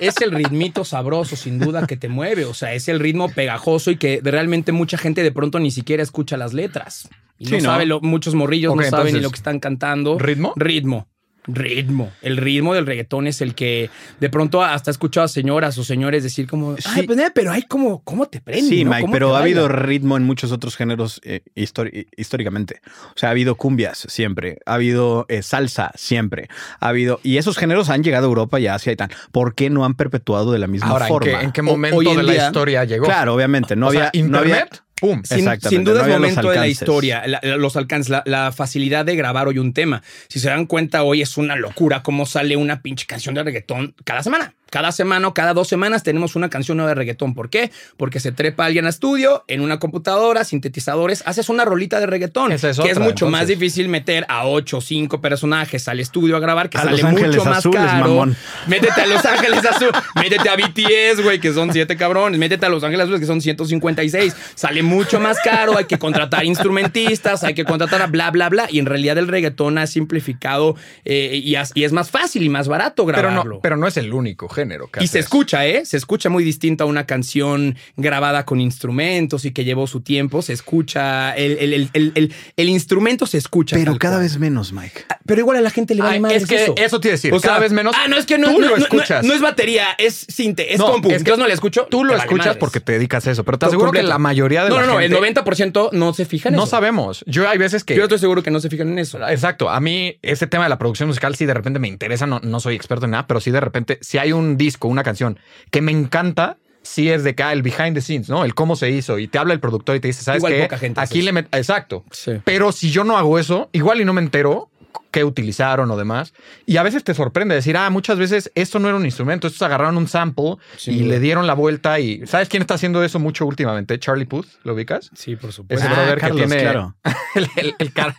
Speaker 2: Es el ritmito sabroso, sin duda, que te mueve. O sea, es el ritmo pegajoso y que realmente mucha gente de pronto ni siquiera escucha las letras. Y
Speaker 1: Sí,
Speaker 2: no,
Speaker 1: ¿no?
Speaker 2: sabe lo- muchos morrillos
Speaker 3: Ok,
Speaker 2: no saben ni
Speaker 3: entonces,
Speaker 2: lo que están cantando.
Speaker 3: ¿ritmo?
Speaker 2: Ritmo. Ritmo. El ritmo del reggaetón es el que de pronto hasta he escuchado a señoras o señores decir como,
Speaker 1: Sí.
Speaker 2: ay, pues, eh, pero hay como, ¿cómo te prende?
Speaker 1: Sí,
Speaker 2: no?
Speaker 1: Mike,
Speaker 2: ¿Cómo te
Speaker 1: pero ha
Speaker 2: baila?"
Speaker 1: habido ritmo en muchos otros géneros eh, histori- históricamente. O sea, ha habido cumbias siempre, ha habido eh, salsa siempre, ha habido... Y esos géneros han llegado a Europa y a Asia y tal. ¿Por qué no han perpetuado de la misma
Speaker 3: Ahora, ¿en
Speaker 1: forma?
Speaker 3: qué, en qué
Speaker 2: O-
Speaker 3: momento
Speaker 2: hoy en
Speaker 3: de la
Speaker 2: día-
Speaker 3: historia llegó?
Speaker 1: Claro, obviamente. No
Speaker 3: O sea,
Speaker 1: había... no había-
Speaker 3: internet. Pum.
Speaker 2: Sin,
Speaker 1: Exactamente,
Speaker 2: sin duda
Speaker 1: no
Speaker 2: es
Speaker 1: había los
Speaker 2: momento de la
Speaker 1: alcances.
Speaker 2: historia, la- la- los alcances, la, la facilidad de grabar hoy un tema. Si se dan cuenta, hoy es una locura cómo sale una pinche canción de reggaetón cada semana. Cada semana o cada dos semanas tenemos una canción nueva de reggaetón. ¿Por qué? Porque se trepa alguien a estudio, en una computadora, sintetizadores, haces una rolita de reggaetón.
Speaker 3: Esa es
Speaker 2: que es
Speaker 3: otra,
Speaker 2: mucho más
Speaker 3: entonces.
Speaker 2: difícil meter a ocho o cinco personajes al estudio a grabar, que
Speaker 1: A
Speaker 2: sale
Speaker 1: Los Ángeles
Speaker 2: mucho más
Speaker 1: Azules,
Speaker 2: caro.
Speaker 1: mamón.
Speaker 2: Métete a Los Ángeles Azul, métete a BTS, güey, que son siete cabrones, métete a Los Ángeles Azules, que son 156. Sale mucho más caro, hay que contratar instrumentistas, hay que contratar a bla, bla, bla. Y en realidad el reggaetón ha simplificado eh, y, has- y es más fácil y más barato
Speaker 3: Pero
Speaker 2: grabarlo.
Speaker 3: no, pero no es el único género. que
Speaker 2: Y
Speaker 3: hace
Speaker 2: se
Speaker 3: eso.
Speaker 2: escucha, ¿eh? Se escucha muy distinto a una canción grabada con instrumentos y que llevó su tiempo. Se escucha, el, el- el- el- el- el instrumento se escucha.
Speaker 1: Pero
Speaker 2: tal
Speaker 1: cada
Speaker 2: cual.
Speaker 1: vez menos, Mike.
Speaker 3: Ah,
Speaker 2: Pero igual a la gente le va
Speaker 3: Ay,
Speaker 2: a
Speaker 3: es que eso, te iba a decir.
Speaker 2: o sea,
Speaker 3: cada vez menos.
Speaker 2: Ah, no, es que no,
Speaker 3: tú
Speaker 2: no-
Speaker 3: lo
Speaker 2: no-
Speaker 3: escuchas.
Speaker 2: No, no es batería, es cinte, es
Speaker 3: No,
Speaker 2: compu.
Speaker 3: es que
Speaker 2: Entonces no la escucho.
Speaker 3: tú lo
Speaker 2: te vale
Speaker 3: escuchas
Speaker 2: madres.
Speaker 3: porque te dedicas a eso, pero te
Speaker 2: Todo
Speaker 3: aseguro
Speaker 2: completo.
Speaker 3: que la mayoría de
Speaker 2: no,
Speaker 3: la
Speaker 2: no, no,
Speaker 3: gente
Speaker 2: el 90% no se fijan en
Speaker 3: no
Speaker 2: eso.
Speaker 3: sabemos. Yo hay veces que
Speaker 2: Yo estoy seguro que no se fijan en eso.
Speaker 3: Exacto. A mí ese tema de la producción musical sí de repente me interesa, no, no soy experto en nada, pero sí de repente, si hay un disco, una canción que me encanta, sí es de acá el behind the scenes, ¿no? El cómo se hizo y te habla el productor y te dice, ¿sabes
Speaker 2: Igual
Speaker 3: qué?
Speaker 2: poca gente hace
Speaker 3: Aquí
Speaker 2: eso.
Speaker 3: le met- Exacto.
Speaker 2: Sí.
Speaker 3: Pero si yo no hago eso, igual y no me entero qué utilizaron o demás. Y a veces te sorprende decir, ah, muchas veces esto no era un instrumento, estos agarraron un sample
Speaker 2: Sin
Speaker 3: y
Speaker 2: duda.
Speaker 3: le dieron la vuelta y ¿sabes quién está haciendo eso mucho últimamente? Charlie Puth, ¿lo ubicas?
Speaker 2: Sí, por supuesto.
Speaker 3: Ese
Speaker 1: Ah,
Speaker 3: brother
Speaker 1: Carlos,
Speaker 3: que tiene
Speaker 1: claro.
Speaker 3: el, el, el cara-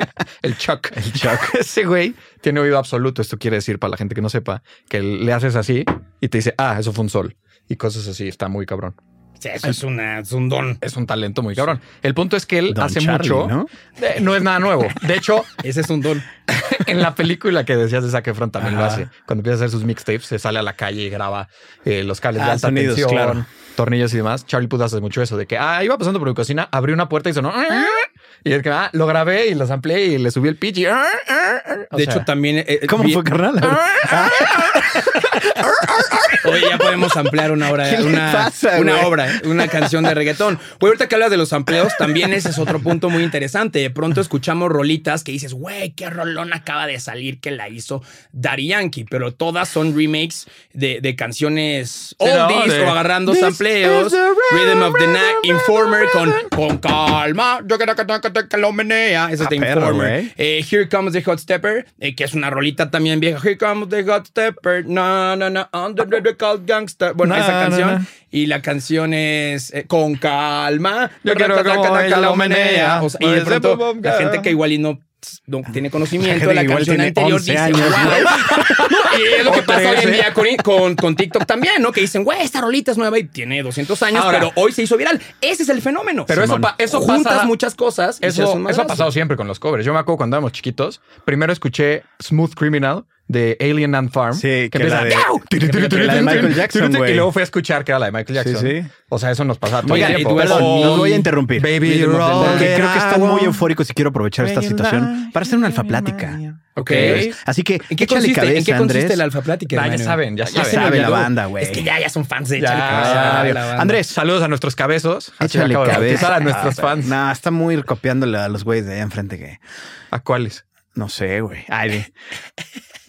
Speaker 3: el Chuck. El Chuck. Ese güey tiene oído absoluto. Esto quiere decir, para la gente que no sepa, que le haces así y te dice, ah, eso fue un sol. Y cosas así. Está muy cabrón.
Speaker 2: Sí, eso es, una, es un don.
Speaker 3: Es un talento muy cabrón. El punto es que él
Speaker 1: Don
Speaker 3: hace
Speaker 1: Charlie,
Speaker 3: mucho.
Speaker 1: ¿no?
Speaker 3: Eh, no es nada nuevo. De hecho,
Speaker 2: Ese es un don.
Speaker 3: en la película que decías de Zac Efron también lo
Speaker 1: Ajá.
Speaker 3: hace. Cuando empieza a hacer sus mixtapes, se sale a la calle y graba eh, los cables de
Speaker 1: Ah,
Speaker 3: alta
Speaker 1: sonidos,
Speaker 3: tensión,
Speaker 1: claro.
Speaker 3: tornillos y demás. Charlie Puth hace mucho eso de que, ah, iba pasando por mi cocina, abrí una puerta y sonó. "Ah", Y es que, ah, lo grabé y los amplié y le subí el pitch. y, "Ah, ah, ah". O
Speaker 2: De
Speaker 3: sea,
Speaker 2: hecho, también. eh, eh,
Speaker 1: ¿Cómo
Speaker 2: vi-
Speaker 1: fue, carnal?
Speaker 2: Oye, ya podemos ampliar una obra,
Speaker 1: ¿Qué le
Speaker 2: una,
Speaker 1: pasa,
Speaker 2: una
Speaker 1: güey?
Speaker 2: obra, eh, una canción de reggaetón. Güey, ahorita que hablas de los amplios, también ese es otro punto muy interesante. De pronto escuchamos rolitas que dices, güey, qué rolón acaba de salir que la hizo Daddy Yankee, pero todas son remakes de, de canciones
Speaker 3: Sí, ¿no?
Speaker 2: oldies
Speaker 3: De-
Speaker 2: o agarrando
Speaker 3: This
Speaker 2: sampleos.
Speaker 3: is the
Speaker 2: Rhythm of the
Speaker 3: rhythm,
Speaker 2: Night,
Speaker 3: rhythm,
Speaker 2: Informer con,
Speaker 3: rhythm.
Speaker 2: con calma, yo que no- que no- que no- que lo menea. Ese
Speaker 1: Ah,
Speaker 2: es de
Speaker 1: perro,
Speaker 2: Informer.
Speaker 1: güey.
Speaker 2: Eh, Here Comes the Hot Stepper, eh, que es una rolita también vieja. Here Comes the Hot Stepper, no, no, no, under the cold gangster. Bueno,
Speaker 3: No,
Speaker 2: esa
Speaker 3: no,
Speaker 2: canción.
Speaker 3: no.
Speaker 2: Y la canción es eh, Con calma.
Speaker 3: Yo quiero
Speaker 2: Taca,
Speaker 3: como
Speaker 2: taca,
Speaker 3: ella
Speaker 2: taca,
Speaker 3: lo
Speaker 2: lo menea.
Speaker 3: menea.
Speaker 2: O sea, y de
Speaker 3: Parece
Speaker 2: pronto
Speaker 3: bomba.
Speaker 2: la gente que igual y no, no tiene conocimiento de la
Speaker 1: Igual
Speaker 2: canción
Speaker 1: tiene
Speaker 2: anterior
Speaker 1: 11
Speaker 2: dice,
Speaker 1: años,
Speaker 2: "Wow". Y es lo que
Speaker 3: Otra
Speaker 2: pasa hoy
Speaker 3: vez,
Speaker 2: en
Speaker 3: ¿eh?
Speaker 2: día con, con, con TikTok también, ¿no? Que dicen, güey, esta rolita es nueva y tiene 200 años,
Speaker 3: Ahora-
Speaker 2: pero hoy se hizo viral. Ese es el fenómeno.
Speaker 3: Pero eso
Speaker 2: Simón.
Speaker 3: pa- eso
Speaker 2: juntas
Speaker 3: pasa-
Speaker 2: muchas cosas. y se hace un
Speaker 3: eso, eso ha
Speaker 2: madrazo.
Speaker 3: pasado siempre con los covers. Yo me acuerdo cuando éramos chiquitos, primero escuché Smooth Criminal de Alien and Farm.
Speaker 1: Sí, que
Speaker 3: empieza,
Speaker 1: la de-
Speaker 3: "Yau".
Speaker 1: que la de Michael Jackson, güey.
Speaker 3: Y luego fui a escuchar que era la de Michael
Speaker 1: Sí,
Speaker 3: Jackson.
Speaker 1: sí.
Speaker 3: O sea, eso nos pasaba todo
Speaker 2: Mira,
Speaker 3: el
Speaker 2: y
Speaker 3: tiempo.
Speaker 2: tú eres-
Speaker 1: Perdón,
Speaker 2: Oh,
Speaker 1: los voy a interrumpir.
Speaker 3: Baby
Speaker 2: Rhythm of the
Speaker 3: roll
Speaker 2: night.
Speaker 1: Porque
Speaker 3: it
Speaker 1: creo que están
Speaker 3: out.
Speaker 1: muy eufóricos y quiero aprovechar esta situación para hacer una alfa plática.
Speaker 2: Ok.
Speaker 1: ¿Sabes? Así que,
Speaker 2: ¿En qué
Speaker 1: échale
Speaker 2: consiste,
Speaker 1: cabeza,
Speaker 2: ¿en qué consiste
Speaker 1: Andrés.
Speaker 2: el alfa plática?
Speaker 3: Ya, ya
Speaker 2: hermano?
Speaker 3: saben, ya
Speaker 2: se
Speaker 3: saben.
Speaker 2: me
Speaker 1: Sabe la
Speaker 2: olvidó.
Speaker 1: banda, güey.
Speaker 2: Es que ya, ya son fans de
Speaker 3: Ya,
Speaker 2: Échale Cabeza,
Speaker 3: sabe.
Speaker 2: la banda.
Speaker 1: Andrés,
Speaker 3: Saludos a nuestros cabezos.
Speaker 2: Ah,
Speaker 3: Así
Speaker 1: Échale
Speaker 3: acabo de
Speaker 1: cabeza
Speaker 3: bautizar a nuestros fans.
Speaker 1: No, está muy copiándole a los güeyes de allá enfrente que
Speaker 3: ¿A cuáles?
Speaker 1: no sé, güey. Ay, de-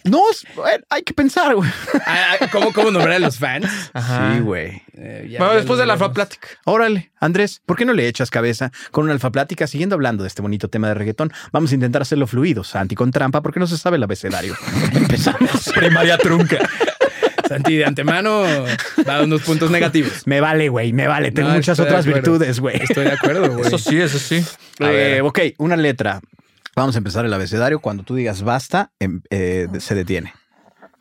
Speaker 1: No, es- bueno, hay que pensar, güey.
Speaker 2: Ah, ah, ¿Cómo, ¿Cómo nombrar a los fans?
Speaker 1: Sí, güey.
Speaker 2: Eh, ya-
Speaker 3: Bueno,
Speaker 2: ya
Speaker 3: después
Speaker 2: lo
Speaker 3: de la
Speaker 2: veremos.
Speaker 3: plática.
Speaker 1: Órale, Andrés, ¿por qué no le echas cabeza con una alfaplática? Siguiendo hablando de este bonito tema de reggaetón, vamos a intentar hacerlo fluido, Santi, con trampa, porque no se sabe el abecedario. Empezamos.
Speaker 3: Primaria trunca.
Speaker 2: Santi, de antemano, da unos puntos negativos.
Speaker 1: Me vale, güey, me vale. Tengo
Speaker 2: No,
Speaker 1: muchas
Speaker 2: estoy de
Speaker 1: otras
Speaker 2: acuerdo.
Speaker 1: virtudes, güey.
Speaker 2: Estoy de acuerdo, güey.
Speaker 3: Eso sí, eso sí. A
Speaker 1: Eh,
Speaker 3: ver.
Speaker 1: ok, una letra. Vamos a empezar el abecedario. Cuando tú digas basta, em- eh, se detiene.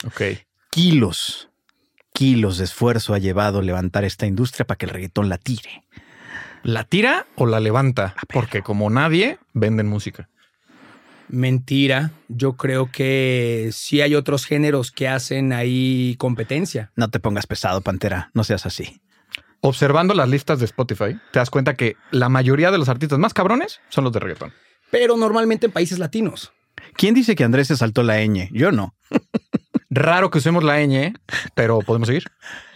Speaker 3: Ok.
Speaker 1: Kilos, kilos de esfuerzo ha llevado levantar esta industria para que el reggaetón la tire.
Speaker 3: ¿La tira o la levanta? Porque como nadie, venden música.
Speaker 2: Mentira. Yo creo que sí hay otros géneros que hacen ahí competencia.
Speaker 1: No te pongas pesado, Pantera. No seas así.
Speaker 3: Observando las listas de Spotify, te das cuenta que la mayoría de los artistas más cabrones son los de reggaetón.
Speaker 2: Pero normalmente en países latinos.
Speaker 1: ¿Quién dice que Andrés se saltó la ñ? Yo no.
Speaker 3: Raro que usemos la ñ, pero podemos seguir.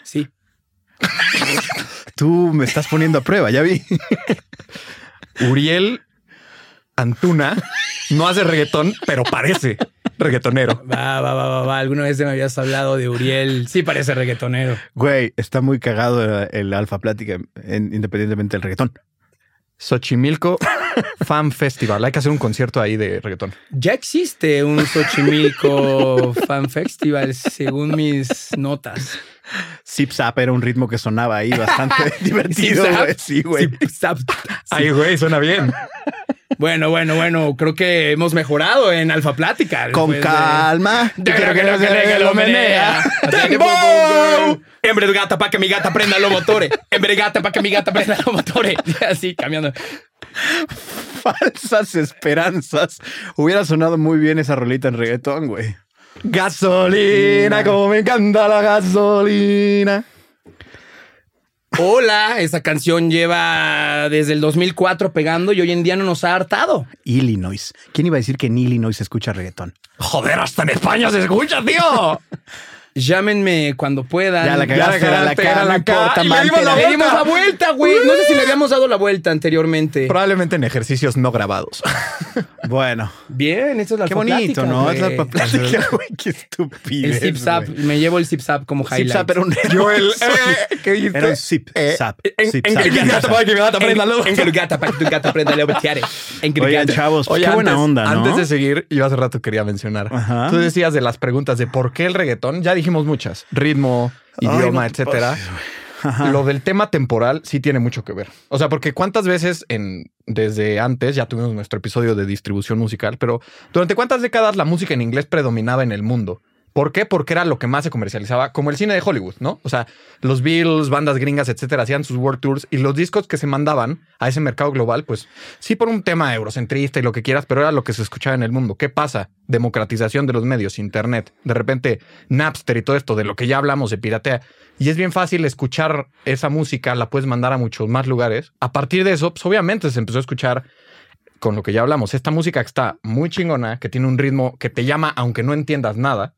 Speaker 2: Sí.
Speaker 1: Tú me estás poniendo a prueba, ya vi.
Speaker 3: Uriel Antuna no hace reggaetón, pero parece reggaetonero.
Speaker 2: Va, va, va, va, va. Alguna vez me habías hablado de Uriel. Sí parece reggaetonero.
Speaker 1: Güey, está muy cagado el, el alfa plática, en- independientemente del reggaetón.
Speaker 3: Xochimilco Fan Festival. Hay que hacer un concierto ahí de reggaetón.
Speaker 2: Ya existe un Xochimilco Fan Festival, según mis notas.
Speaker 1: Zip Zap era un ritmo que sonaba ahí bastante divertido, güey. Sí,
Speaker 2: Zip Zap.
Speaker 1: güey.
Speaker 2: Sí, sap-
Speaker 3: Ay, güey, suena bien.
Speaker 2: Bueno, bueno, bueno. Creo que hemos mejorado en Alfa Plática.
Speaker 1: Con
Speaker 2: después de-
Speaker 1: calma.
Speaker 2: Yo quiero que no se deje que lo menea. ¡Tembo!
Speaker 3: ¡Tembo!
Speaker 2: Hembre gata para que mi gata prenda los motores. Hembre gata para que mi gata prenda los motores. Así, cambiando.
Speaker 1: Falsas esperanzas. Hubiera sonado muy bien esa rolita en reggaetón, güey.
Speaker 3: Gasolina, como me encanta la gasolina.
Speaker 2: Hola, esa canción lleva desde el 2004 pegando y hoy en día no nos ha hartado.
Speaker 1: Illinois. ¿Quién iba a decir que en Illinois se escucha reggaetón?
Speaker 3: Joder, hasta en España se escucha, tío.
Speaker 2: Llámenme cuando puedan.
Speaker 1: Ya la
Speaker 3: Ya la
Speaker 1: cagaste, ya la
Speaker 3: cagaste, ya
Speaker 1: cara,
Speaker 3: la
Speaker 1: no importa,
Speaker 3: ca- y le dimos
Speaker 1: mantera.
Speaker 3: la
Speaker 2: Le dimos la
Speaker 3: vuelta.
Speaker 2: vuelta, güey. No sé si le habíamos dado la vuelta anteriormente.
Speaker 3: Probablemente en ejercicios no grabados.
Speaker 1: Bueno,
Speaker 2: Bien, eso es la
Speaker 1: qué bonito,
Speaker 2: alfaplática,
Speaker 1: ¿no? Es la
Speaker 2: güey.
Speaker 1: plática, güey. Qué
Speaker 2: El
Speaker 1: estupidez.
Speaker 2: zip zap,
Speaker 1: güey.
Speaker 2: me llevo el zip zap como
Speaker 1: Zip
Speaker 2: highlight.
Speaker 1: Zap era un
Speaker 3: Yo el... ¿Qué
Speaker 1: Era un zip
Speaker 3: Eh,
Speaker 1: zap.
Speaker 2: en-
Speaker 1: Zip
Speaker 2: en-
Speaker 1: zap.
Speaker 2: en-
Speaker 1: Zip
Speaker 2: en-
Speaker 1: zap. Oigan, chavos,
Speaker 3: Oye,
Speaker 1: qué buena
Speaker 3: antes-
Speaker 1: onda, ¿no?
Speaker 3: Antes de seguir, yo hace rato quería mencionar.
Speaker 1: Ajá.
Speaker 3: Tú decías de las preguntas de por qué el reggaetón. Ya dijimos muchas. Ritmo,
Speaker 1: Ay,
Speaker 3: idioma,
Speaker 1: no te
Speaker 3: etcétera.
Speaker 1: pases,
Speaker 3: Lo del tema temporal sí tiene mucho que ver. O sea, porque cuántas veces en desde antes ya tuvimos nuestro episodio de distribución musical, pero durante cuántas décadas la música en inglés predominaba en el mundo. ¿Por qué? Porque era lo que más se comercializaba, como el cine de Hollywood, ¿no? O sea, los Beatles, bandas gringas, etcétera, hacían sus world tours y los discos que se mandaban a ese mercado global, pues sí por un tema eurocentrista y lo que quieras, pero era lo que se escuchaba en el mundo. ¿Qué pasa? Democratización de los medios, internet, de repente Napster y todo esto, de lo que ya hablamos, se piratea. Y es bien fácil escuchar esa música, la puedes mandar a muchos más lugares. A partir de eso, pues obviamente se empezó a escuchar con lo que ya hablamos. Esta música que está muy chingona, que tiene un ritmo que te llama, aunque no entiendas nada,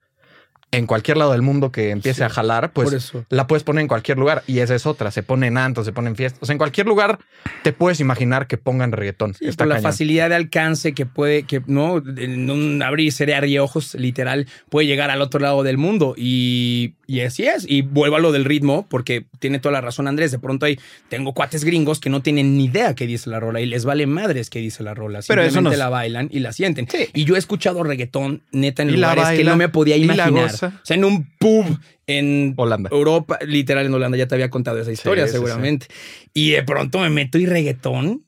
Speaker 3: en cualquier lado del mundo que empiece a jalar, pues
Speaker 2: Por eso.
Speaker 3: la puedes poner en cualquier lugar. Y esa es otra. Se pone en antos, se pone en fiestas. O sea, en cualquier lugar te puedes imaginar que pongan reggaetón.
Speaker 2: Sí,
Speaker 3: Está
Speaker 2: por la
Speaker 3: cañón.
Speaker 2: facilidad de alcance que puede, que no, en un abrir y cerrar de ojos, literal, puede llegar al otro lado del mundo. Y, y así es. Y vuelvo a lo del ritmo, porque tiene toda la razón Andrés. De pronto hay, tengo cuates gringos que no tienen ni idea qué dice la rola y les vale madres qué dice la rola.
Speaker 1: Pero eso
Speaker 2: Simplemente
Speaker 1: nos-
Speaker 2: la bailan y la sienten. Y yo he escuchado reggaetón neta en
Speaker 3: Y la
Speaker 2: lugares que
Speaker 3: baila,
Speaker 2: no me podía
Speaker 3: y la
Speaker 2: imaginar. O
Speaker 3: goza.
Speaker 2: sea, en un pub en
Speaker 3: Holanda.
Speaker 2: Europa, literal en Holanda, ya te había contado esa historia
Speaker 3: sí, sí.
Speaker 2: seguramente. Y de pronto me meto y reggaetón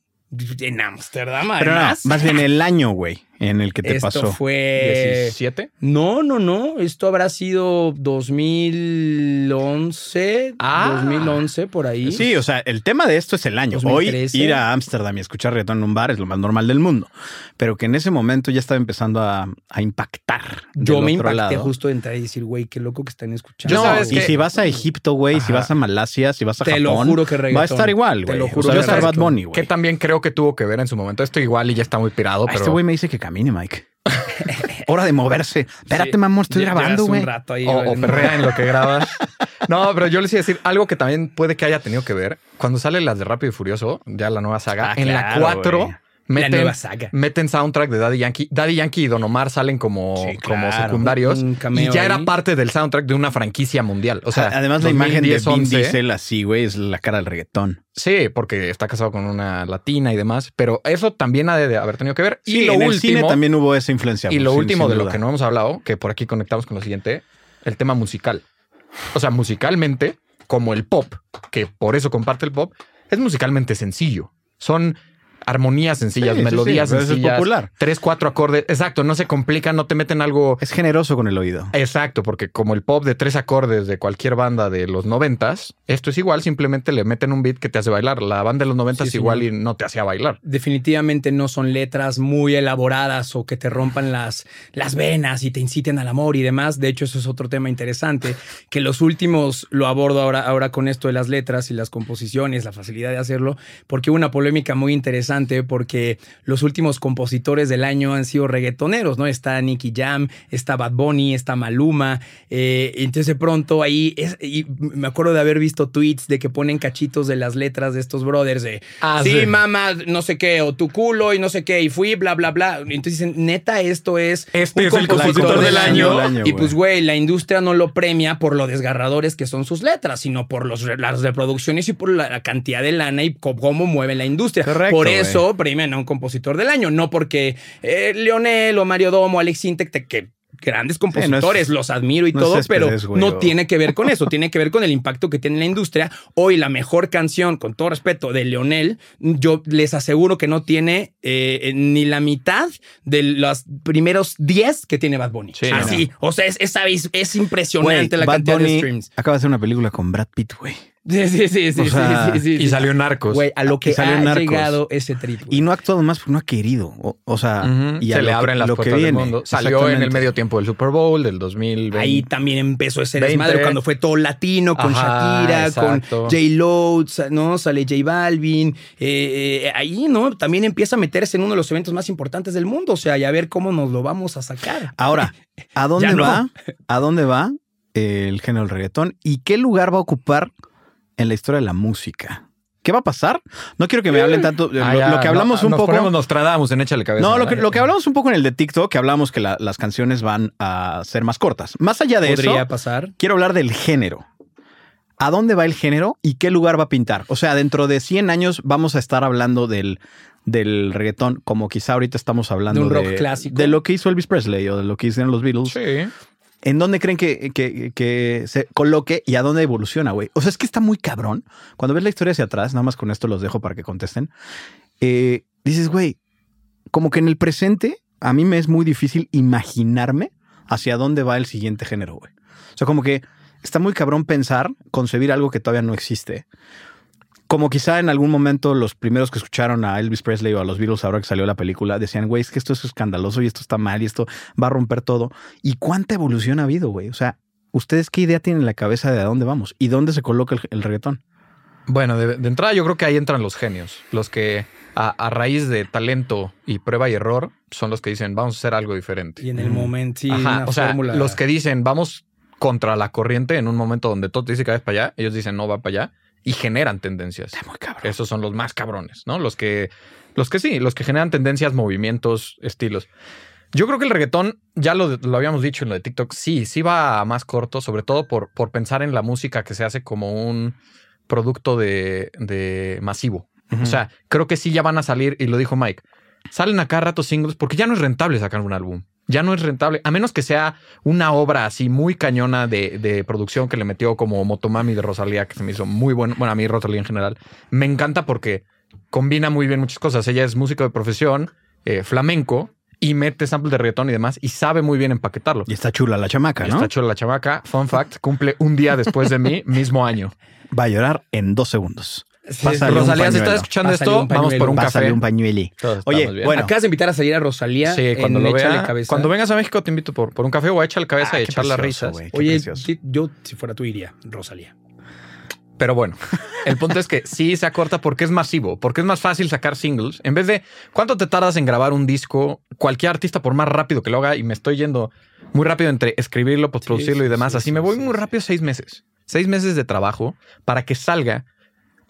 Speaker 2: en Ámsterdam,
Speaker 1: Pero no,
Speaker 2: además.
Speaker 1: más bien el año, güey, en el que te
Speaker 2: Esto
Speaker 1: pasó.
Speaker 2: fue...
Speaker 3: 17.
Speaker 2: No, no, no. Esto habrá sido 2011,
Speaker 3: Ah.
Speaker 2: 2011, por ahí.
Speaker 1: Sí, o sea, el tema de esto es el año.
Speaker 2: 2013.
Speaker 1: Hoy ir a Ámsterdam y escuchar reggaetón en un bar es lo más normal del mundo, pero que en ese momento ya estaba empezando a, a impactar.
Speaker 2: Yo
Speaker 1: del
Speaker 2: me
Speaker 1: otro
Speaker 2: impacté
Speaker 1: lado.
Speaker 2: justo de entrar y decir, güey, qué loco que están escuchando.
Speaker 3: Yo
Speaker 1: No,
Speaker 3: sabes
Speaker 1: y
Speaker 3: que-
Speaker 1: si vas a Egipto, güey, si
Speaker 3: Ajá.
Speaker 1: vas a Malasia, si vas a
Speaker 2: Te
Speaker 1: Japón,
Speaker 2: lo juro que
Speaker 1: va a
Speaker 2: reggaetón.
Speaker 1: estar igual,
Speaker 2: Te
Speaker 1: güey.
Speaker 2: lo
Speaker 1: O
Speaker 2: juro
Speaker 1: sea,
Speaker 2: que
Speaker 1: va a estar Bad
Speaker 2: reggaetón.
Speaker 1: Bunny, güey.
Speaker 3: Que también creo que tuvo que ver en su momento. Esto igual y ya está muy pirado,
Speaker 1: Ah,
Speaker 3: pero
Speaker 1: Este güey me dice que camine, Mike. Hora de moverse. Espérate, mamón, estoy
Speaker 2: Lle-
Speaker 1: grabando,
Speaker 2: llevas un
Speaker 1: güey.
Speaker 2: rato ahí,
Speaker 3: o, o
Speaker 2: valiendo-
Speaker 3: perrea en lo que grabas. No, pero yo les iba a decir algo que también puede que haya tenido que ver. Cuando salen las de Rápido y Furioso, ya la nueva saga,
Speaker 1: Ah,
Speaker 3: en
Speaker 1: claro,
Speaker 3: la 4
Speaker 1: güey.
Speaker 2: La
Speaker 3: meten,
Speaker 2: nueva saga.
Speaker 3: meten soundtrack de Daddy Yankee. Daddy Yankee y Don Omar salen como,
Speaker 1: Sí,
Speaker 3: como
Speaker 1: claro.
Speaker 3: secundarios.
Speaker 2: Un cameo
Speaker 3: Y ya
Speaker 2: ahí.
Speaker 3: era parte del soundtrack de una franquicia mundial. O sea,
Speaker 1: Además, la imagen de
Speaker 3: 2010,
Speaker 1: Vin
Speaker 3: 11,
Speaker 1: Diesel así, güey, es la cara del reggaetón.
Speaker 3: Sí, porque está casado con una latina y demás. Pero eso también ha de haber tenido que ver.
Speaker 1: Sí,
Speaker 3: y lo
Speaker 1: en
Speaker 3: último,
Speaker 1: el cine también hubo esa influencia.
Speaker 3: Y
Speaker 1: güey,
Speaker 3: lo
Speaker 1: sin-
Speaker 3: último
Speaker 1: sin
Speaker 3: de lo
Speaker 1: duda.
Speaker 3: que no hemos hablado, que por aquí conectamos con lo siguiente, el tema musical. O sea, musicalmente, como el pop, que por eso comparte el pop, es musicalmente sencillo. Son armonías sencillas,
Speaker 1: Sí, sí, sí,
Speaker 3: melodías
Speaker 1: pero eso es
Speaker 3: sencillas.
Speaker 1: popular.
Speaker 3: Tres, cuatro acordes. Exacto, no se complica, no te meten algo.
Speaker 1: Es generoso con el oído.
Speaker 3: Exacto, porque como el pop de tres acordes de cualquier banda de los noventas, esto es igual, simplemente le meten un beat que te hace bailar. La banda de los noventas
Speaker 2: Sí, sí,
Speaker 3: igual
Speaker 2: no.
Speaker 3: y no te hacía bailar.
Speaker 2: definitivamente no son letras muy elaboradas o que te rompan las, las venas y te inciten al amor y demás. De hecho, eso es otro tema interesante, que los últimos lo abordo ahora, ahora con esto de las letras y las composiciones, la facilidad de hacerlo, porque hubo una polémica muy interesante porque los últimos compositores del año han sido reggaetoneros, ¿no? Está Nicky Jam, está Bad Bunny, está Maluma. eh, entonces de pronto ahí, es- y me acuerdo de haber visto tweets de que ponen cachitos de las letras de estos brothers de
Speaker 3: Ah,
Speaker 2: sí,
Speaker 3: sí.
Speaker 2: mamá, no sé qué, o tu culo y no sé qué, y fui, bla, bla, bla. Entonces dicen, neta, esto es
Speaker 3: Este es el compositor del año.
Speaker 1: Del año,
Speaker 2: y
Speaker 1: güey.
Speaker 2: pues, güey, la industria no lo premia por lo desgarradores que son sus letras, sino por los, re- las reproducciones y por la, la cantidad de lana y co- cómo mueve la industria.
Speaker 1: Correcto,
Speaker 2: por
Speaker 1: güey.
Speaker 2: eso premian a un compositor del año, no porque eh, Leonel o Mario Domo, Alex Intec, te- que grandes compositores, los admiro y
Speaker 1: no es
Speaker 2: todo, pero
Speaker 1: Céspedes, güey,
Speaker 2: no
Speaker 1: o-
Speaker 2: tiene tiene que ver con eso, tiene que ver con el impacto que tiene en la industria. Hoy la mejor canción, con todo respeto, de Leonel, yo les aseguro que no tiene eh, eh, ni la mitad de los primeros 10 que tiene Bad Bunny.
Speaker 3: Sí,
Speaker 2: Así, o sea, es, es, es- es impresionante
Speaker 1: Güey,
Speaker 2: la
Speaker 1: Bad
Speaker 2: cantidad de
Speaker 1: Bunny
Speaker 2: streams.
Speaker 1: Acaba de hacer una película con Brad Pitt, güey.
Speaker 2: Sí, sí, sí, sí,
Speaker 1: O
Speaker 2: sí,
Speaker 1: sea,
Speaker 2: sí, sí, sí,
Speaker 3: Y
Speaker 2: sí.
Speaker 3: salió Narcos.
Speaker 2: Güey, a lo
Speaker 1: Y
Speaker 2: que
Speaker 1: salió
Speaker 2: ha
Speaker 1: Narcos.
Speaker 2: llegado ese trip. güey.
Speaker 1: Y no ha actuado más porque no ha querido. O, o sea,
Speaker 3: Ujú.
Speaker 1: y a
Speaker 3: se
Speaker 1: lo
Speaker 3: le
Speaker 1: que-
Speaker 3: abren las
Speaker 1: lo que
Speaker 3: puertas del
Speaker 1: viene.
Speaker 3: mundo. Salió en el
Speaker 1: Exactamente.
Speaker 3: medio tiempo del Super Bowl del 2020.
Speaker 2: Ahí también empezó ese
Speaker 3: 20.
Speaker 2: desmadre cuando fue todo latino con
Speaker 3: Ajá,
Speaker 2: Shakira,
Speaker 3: exacto.
Speaker 2: con J. Lo, sa- ¿no? Sale J Balvin. eh, eh, ahí, ¿no? También empieza a meterse en uno de los eventos más importantes del mundo. O sea, y a ver cómo nos lo vamos a sacar.
Speaker 1: Ahora, ¿a dónde
Speaker 2: Ya no.
Speaker 1: va? ¿A dónde va el género del reggaetón? ¿Y qué lugar va a ocupar en la historia de la música? ¿Qué va a pasar? No quiero que me hablen tanto. Lo,
Speaker 3: Ah,
Speaker 1: lo
Speaker 3: ya,
Speaker 1: que
Speaker 3: no,
Speaker 1: hablamos un
Speaker 3: nos
Speaker 1: poco.
Speaker 3: Ponemos, nos tradamos en échale cabeza.
Speaker 1: No, lo que, lo que hablamos un poco en el de TikTok, que hablamos que la- las canciones van a ser más cortas. Más allá de
Speaker 2: Podría
Speaker 1: eso,
Speaker 2: pasar.
Speaker 1: quiero hablar del género. ¿A dónde va el género y qué lugar va a pintar? O sea, dentro de 100 años vamos a estar hablando del, del reggaetón, como quizá ahorita estamos hablando
Speaker 2: De un rock clásico.
Speaker 1: de lo que hizo Elvis Presley o de lo que hicieron los Beatles.
Speaker 3: Sí.
Speaker 1: ¿En dónde creen que, que- que se coloque y a dónde evoluciona, güey? O sea, es que está muy cabrón. Cuando ves la historia hacia atrás, nada más con esto los dejo para que contesten. eh, dices, güey, como que en el presente a mí me es muy difícil imaginarme hacia dónde va el siguiente género, güey. O sea, como que está muy cabrón pensar, concebir algo que todavía no existe. Como quizá en algún momento los primeros que escucharon a Elvis Presley o a los Beatles ahora que salió la película decían, güey, es que esto es escandaloso y esto está mal y esto va a romper todo. ¿Y cuánta evolución ha habido, güey? O sea, ¿ustedes qué idea tienen en la cabeza de a dónde vamos? ¿Y dónde se coloca el, el reggaetón?
Speaker 3: Bueno, de, de entrada yo creo que ahí entran los genios, los que a, a raíz de talento y prueba y error son los que dicen vamos a hacer algo diferente.
Speaker 2: Y en el
Speaker 1: Mm.
Speaker 2: momento, sí,
Speaker 3: Ajá,
Speaker 2: una
Speaker 3: o sea,
Speaker 2: fórmula.
Speaker 3: los que dicen vamos contra la corriente en un momento donde todo te dice que vayas para allá, ellos dicen no va para allá y generan tendencias.
Speaker 1: Está muy cabrón.
Speaker 3: Esos son los más cabrones, ¿no? Los que, los que sí, los que generan tendencias, movimientos, estilos. Yo creo que el reggaetón, ya lo, lo habíamos dicho en lo de TikTok, sí, sí va a más corto, sobre todo por, por pensar en la música que se hace como un producto de, de masivo. O
Speaker 1: Mm.
Speaker 3: sea, creo que sí ya van a salir, y lo dijo Mike, salen acá rato singles porque ya no es rentable sacar un álbum. Ya no es rentable, a menos que sea una obra así muy cañona de, de producción que le metió como Motomami de Rosalía, que se me hizo muy bueno. Bueno, a mí Rosalía en general me encanta porque combina muy bien muchas cosas. Ella es músico de profesión, eh, flamenco, y mete samples de reggaetón y demás, y sabe muy bien empaquetarlo.
Speaker 1: y está chula la chamaca, ¿no?
Speaker 3: Está chula la chamaca. Fun fact, cumple un día después de mí, mismo año.
Speaker 1: Va a llorar en dos segundos.
Speaker 2: Sí,
Speaker 1: Pásale un
Speaker 3: Rosalía, si
Speaker 1: pañuelo.
Speaker 3: estás escuchando
Speaker 2: Pásale
Speaker 3: esto,
Speaker 2: un
Speaker 3: vamos por
Speaker 2: pañuelo.
Speaker 3: un
Speaker 1: Pásale
Speaker 3: café.
Speaker 1: un pañueli.
Speaker 3: Todos
Speaker 1: Oye,
Speaker 3: estamos bien.
Speaker 1: bueno.
Speaker 2: Acabas de invitar a salir a Rosalía
Speaker 3: Sí, cuando
Speaker 2: en
Speaker 3: lo
Speaker 2: Échale
Speaker 3: vea-
Speaker 2: Cabeza.
Speaker 3: Cuando vengas a México te invito por, por un café o a echar la cabeza
Speaker 1: Ah,
Speaker 3: y
Speaker 1: qué
Speaker 3: echar las
Speaker 1: precioso,
Speaker 3: risas.
Speaker 1: güey, qué
Speaker 2: Oye,
Speaker 1: precioso.
Speaker 2: sí, yo si fuera tú iría, Rosalía.
Speaker 3: Pero bueno, el punto es que sí se acorta porque es masivo, porque es más fácil sacar singles. En vez de cuánto te tardas en grabar un disco, cualquier artista, por más rápido que lo haga, y me estoy yendo muy rápido entre escribirlo, postproducirlo y
Speaker 2: sí,
Speaker 3: demás,
Speaker 2: sí,
Speaker 3: así
Speaker 2: sí,
Speaker 3: me voy
Speaker 2: sí,
Speaker 3: muy
Speaker 2: sí.
Speaker 3: rápido seis meses. Seis meses de trabajo para que salga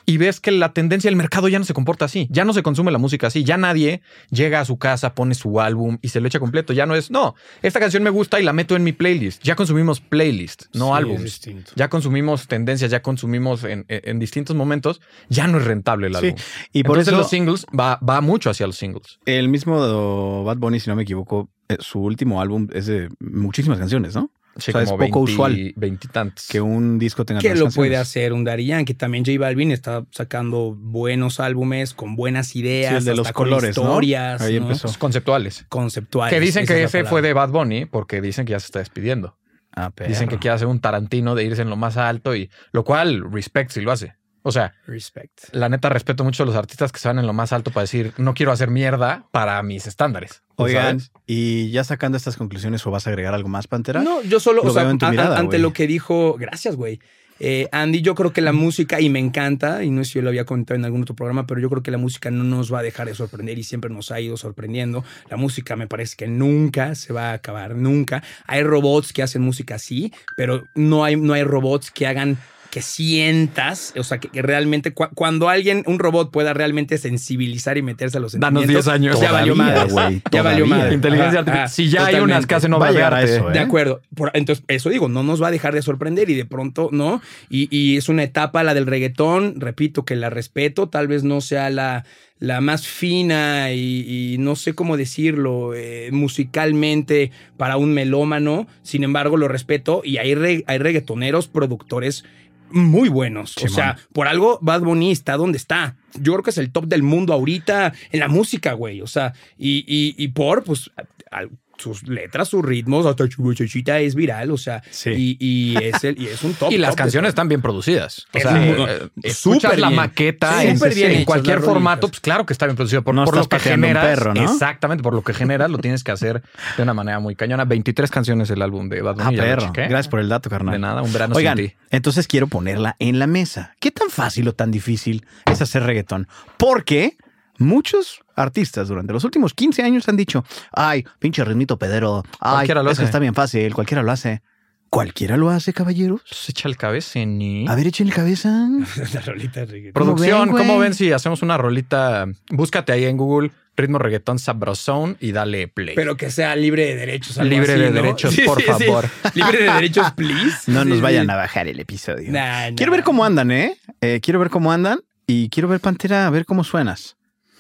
Speaker 3: y ves que la tendencia del mercado ya no se comporta así, ya no se consume la música así, ya nadie llega a su casa, pone su álbum y se lo echa completo, ya no es, no, esta canción me gusta y la meto en mi playlist, ya consumimos playlist, no
Speaker 2: Sí, es
Speaker 3: álbums,
Speaker 2: distinto.
Speaker 3: ya consumimos tendencias, ya consumimos en, en- en distintos momentos, ya no es rentable el
Speaker 1: Sí,
Speaker 3: álbum.
Speaker 1: Y por
Speaker 3: Entonces
Speaker 1: eso
Speaker 3: los singles va, va mucho hacia los singles.
Speaker 1: el mismo Bad Bunny, si no me equivoco, eh, su último álbum es de muchísimas canciones, ¿no? O
Speaker 3: Sí,
Speaker 1: sea, es
Speaker 3: como
Speaker 1: poco
Speaker 3: 20
Speaker 1: usual.
Speaker 3: Veintitantos.
Speaker 1: que un disco tenga
Speaker 2: que
Speaker 1: tantas
Speaker 2: lo
Speaker 1: canciones.
Speaker 2: puede hacer un Daddy Yankee. También J Balvin está sacando buenos álbumes con buenas ideas,
Speaker 1: Sí, el de
Speaker 2: hasta
Speaker 1: los
Speaker 2: con
Speaker 1: colores, ¿no?
Speaker 2: historias,
Speaker 1: Ahí
Speaker 2: ¿no?
Speaker 1: empezó.
Speaker 3: Los conceptuales.
Speaker 1: Ah,
Speaker 2: conceptuales.
Speaker 3: Que dicen
Speaker 2: esa
Speaker 3: que
Speaker 2: es la
Speaker 3: ese fue
Speaker 2: palabra.
Speaker 3: de Bad Bunny porque dicen que ya se está despidiendo.
Speaker 1: Ah, perro.
Speaker 3: Dicen que quiere hacer un Tarantino de irse en lo más alto y lo cual, respect si lo hace. O sea,
Speaker 2: Respect.
Speaker 3: la neta respeto mucho a los artistas que se van en lo más alto para decir, no quiero hacer mierda para mis estándares.
Speaker 1: Oigan,
Speaker 3: ¿sabes?
Speaker 1: y ya sacando estas conclusiones, ¿o vas a agregar algo más, Pantera?
Speaker 2: No, yo solo,
Speaker 1: Lo
Speaker 2: o sea,
Speaker 1: veo en tu
Speaker 2: a- a-
Speaker 1: mirada,
Speaker 2: ante
Speaker 1: güey.
Speaker 2: lo que dijo, gracias, güey. Eh, Andy, yo creo que la música, y me encanta, y no sé si yo lo había comentado en algún otro programa, pero yo creo que la música no nos va a dejar de sorprender y siempre nos ha ido sorprendiendo. La música me parece que nunca se va a acabar, nunca. Hay robots que hacen música así, pero no hay, no hay robots que hagan que sientas, o sea, que, que realmente cua- cuando alguien, un robot pueda realmente sensibilizar y meterse a los
Speaker 3: Danos
Speaker 2: sentimientos,
Speaker 3: 10 años.
Speaker 2: ya valió
Speaker 1: Todavía,
Speaker 2: madre,
Speaker 1: güey,
Speaker 2: ya valió
Speaker 1: todavía.
Speaker 2: madre.
Speaker 3: Inteligencia
Speaker 2: Ajá,
Speaker 3: artificial.
Speaker 2: ajá,
Speaker 3: si ya hay unas
Speaker 2: totalmente.
Speaker 3: que hacen obra
Speaker 1: Va a
Speaker 3: de
Speaker 1: llegar a
Speaker 3: arte.
Speaker 1: eso, ¿eh?
Speaker 2: De acuerdo. Por- entonces, eso digo, no nos va a dejar de sorprender y de pronto, ¿no? Y, y es una etapa, la del reggaetón, repito, que la respeto, tal vez no sea la, la más fina y, y no sé cómo decirlo eh, musicalmente para un melómano, sin embargo, lo respeto y hay, re- hay reggaetoneros productores muy buenos. O
Speaker 1: Simón.
Speaker 2: sea, por algo Bad Bunny está donde está. Yo creo que es el top del mundo ahorita en la música, güey. O sea, y, y- y por, pues, a- a- sus letras, sus ritmos, hasta su muchachita es viral, o sea,
Speaker 1: Sí.
Speaker 2: y, y es, el, y es un top.
Speaker 3: Y las
Speaker 2: top de-
Speaker 3: canciones están bien producidas. O
Speaker 2: Es
Speaker 3: sea,
Speaker 2: muy-
Speaker 3: eh,
Speaker 2: súper
Speaker 3: escuchas la
Speaker 2: bien.
Speaker 3: maqueta
Speaker 2: Sí,
Speaker 3: en,
Speaker 2: súper bien
Speaker 3: en
Speaker 2: hechas
Speaker 3: cualquier
Speaker 2: las rolitas.
Speaker 3: formato, pues claro que está bien producido. Por,
Speaker 1: No
Speaker 3: por
Speaker 1: estás
Speaker 3: lo que
Speaker 1: pateando un
Speaker 3: generas,
Speaker 1: perro, ¿no?
Speaker 3: exactamente, por lo que generas, lo tienes que hacer de una manera muy cañona. 23 canciones el álbum de Bad
Speaker 1: Ah,
Speaker 3: Bunny. ya lo
Speaker 1: perro.
Speaker 3: chequé.
Speaker 1: Gracias por el dato, carnal.
Speaker 3: De nada, un verano
Speaker 1: Oigan,
Speaker 3: sin ti.
Speaker 1: entonces quiero ponerla en la mesa. ¿Qué tan fácil o tan difícil es hacer reggaetón? Porque muchos artistas durante los últimos 15 años han dicho, ay, pinche ritmito pedero, ay,
Speaker 3: Cualquiera lo
Speaker 1: es que
Speaker 3: hace.
Speaker 1: está bien fácil, cualquiera lo hace. ¿Cualquiera lo hace, caballeros?
Speaker 3: Pues echa el cabeza ni...
Speaker 1: A ver, échenle cabeza.
Speaker 2: La rolita de reggaetón.
Speaker 1: ¿Cómo
Speaker 3: Producción,
Speaker 1: ven,
Speaker 3: ¿cómo
Speaker 1: güey?
Speaker 3: ven si hacemos una rolita? Búscate ahí en Google ritmo reggaetón sabrosón y dale play.
Speaker 2: Pero que sea libre de derechos. algo
Speaker 3: Libre
Speaker 2: así,
Speaker 3: de
Speaker 2: ¿no?
Speaker 3: derechos,
Speaker 2: Sí,
Speaker 3: por
Speaker 2: sí, sí.
Speaker 3: favor.
Speaker 2: Libre de derechos, please.
Speaker 1: No nos
Speaker 2: Sí,
Speaker 1: vayan
Speaker 2: sí.
Speaker 1: a bajar el episodio.
Speaker 2: Nah, nah.
Speaker 1: Quiero ver cómo andan, ¿eh? Eh, Quiero ver cómo andan y quiero ver, Pantera, a ver cómo suenas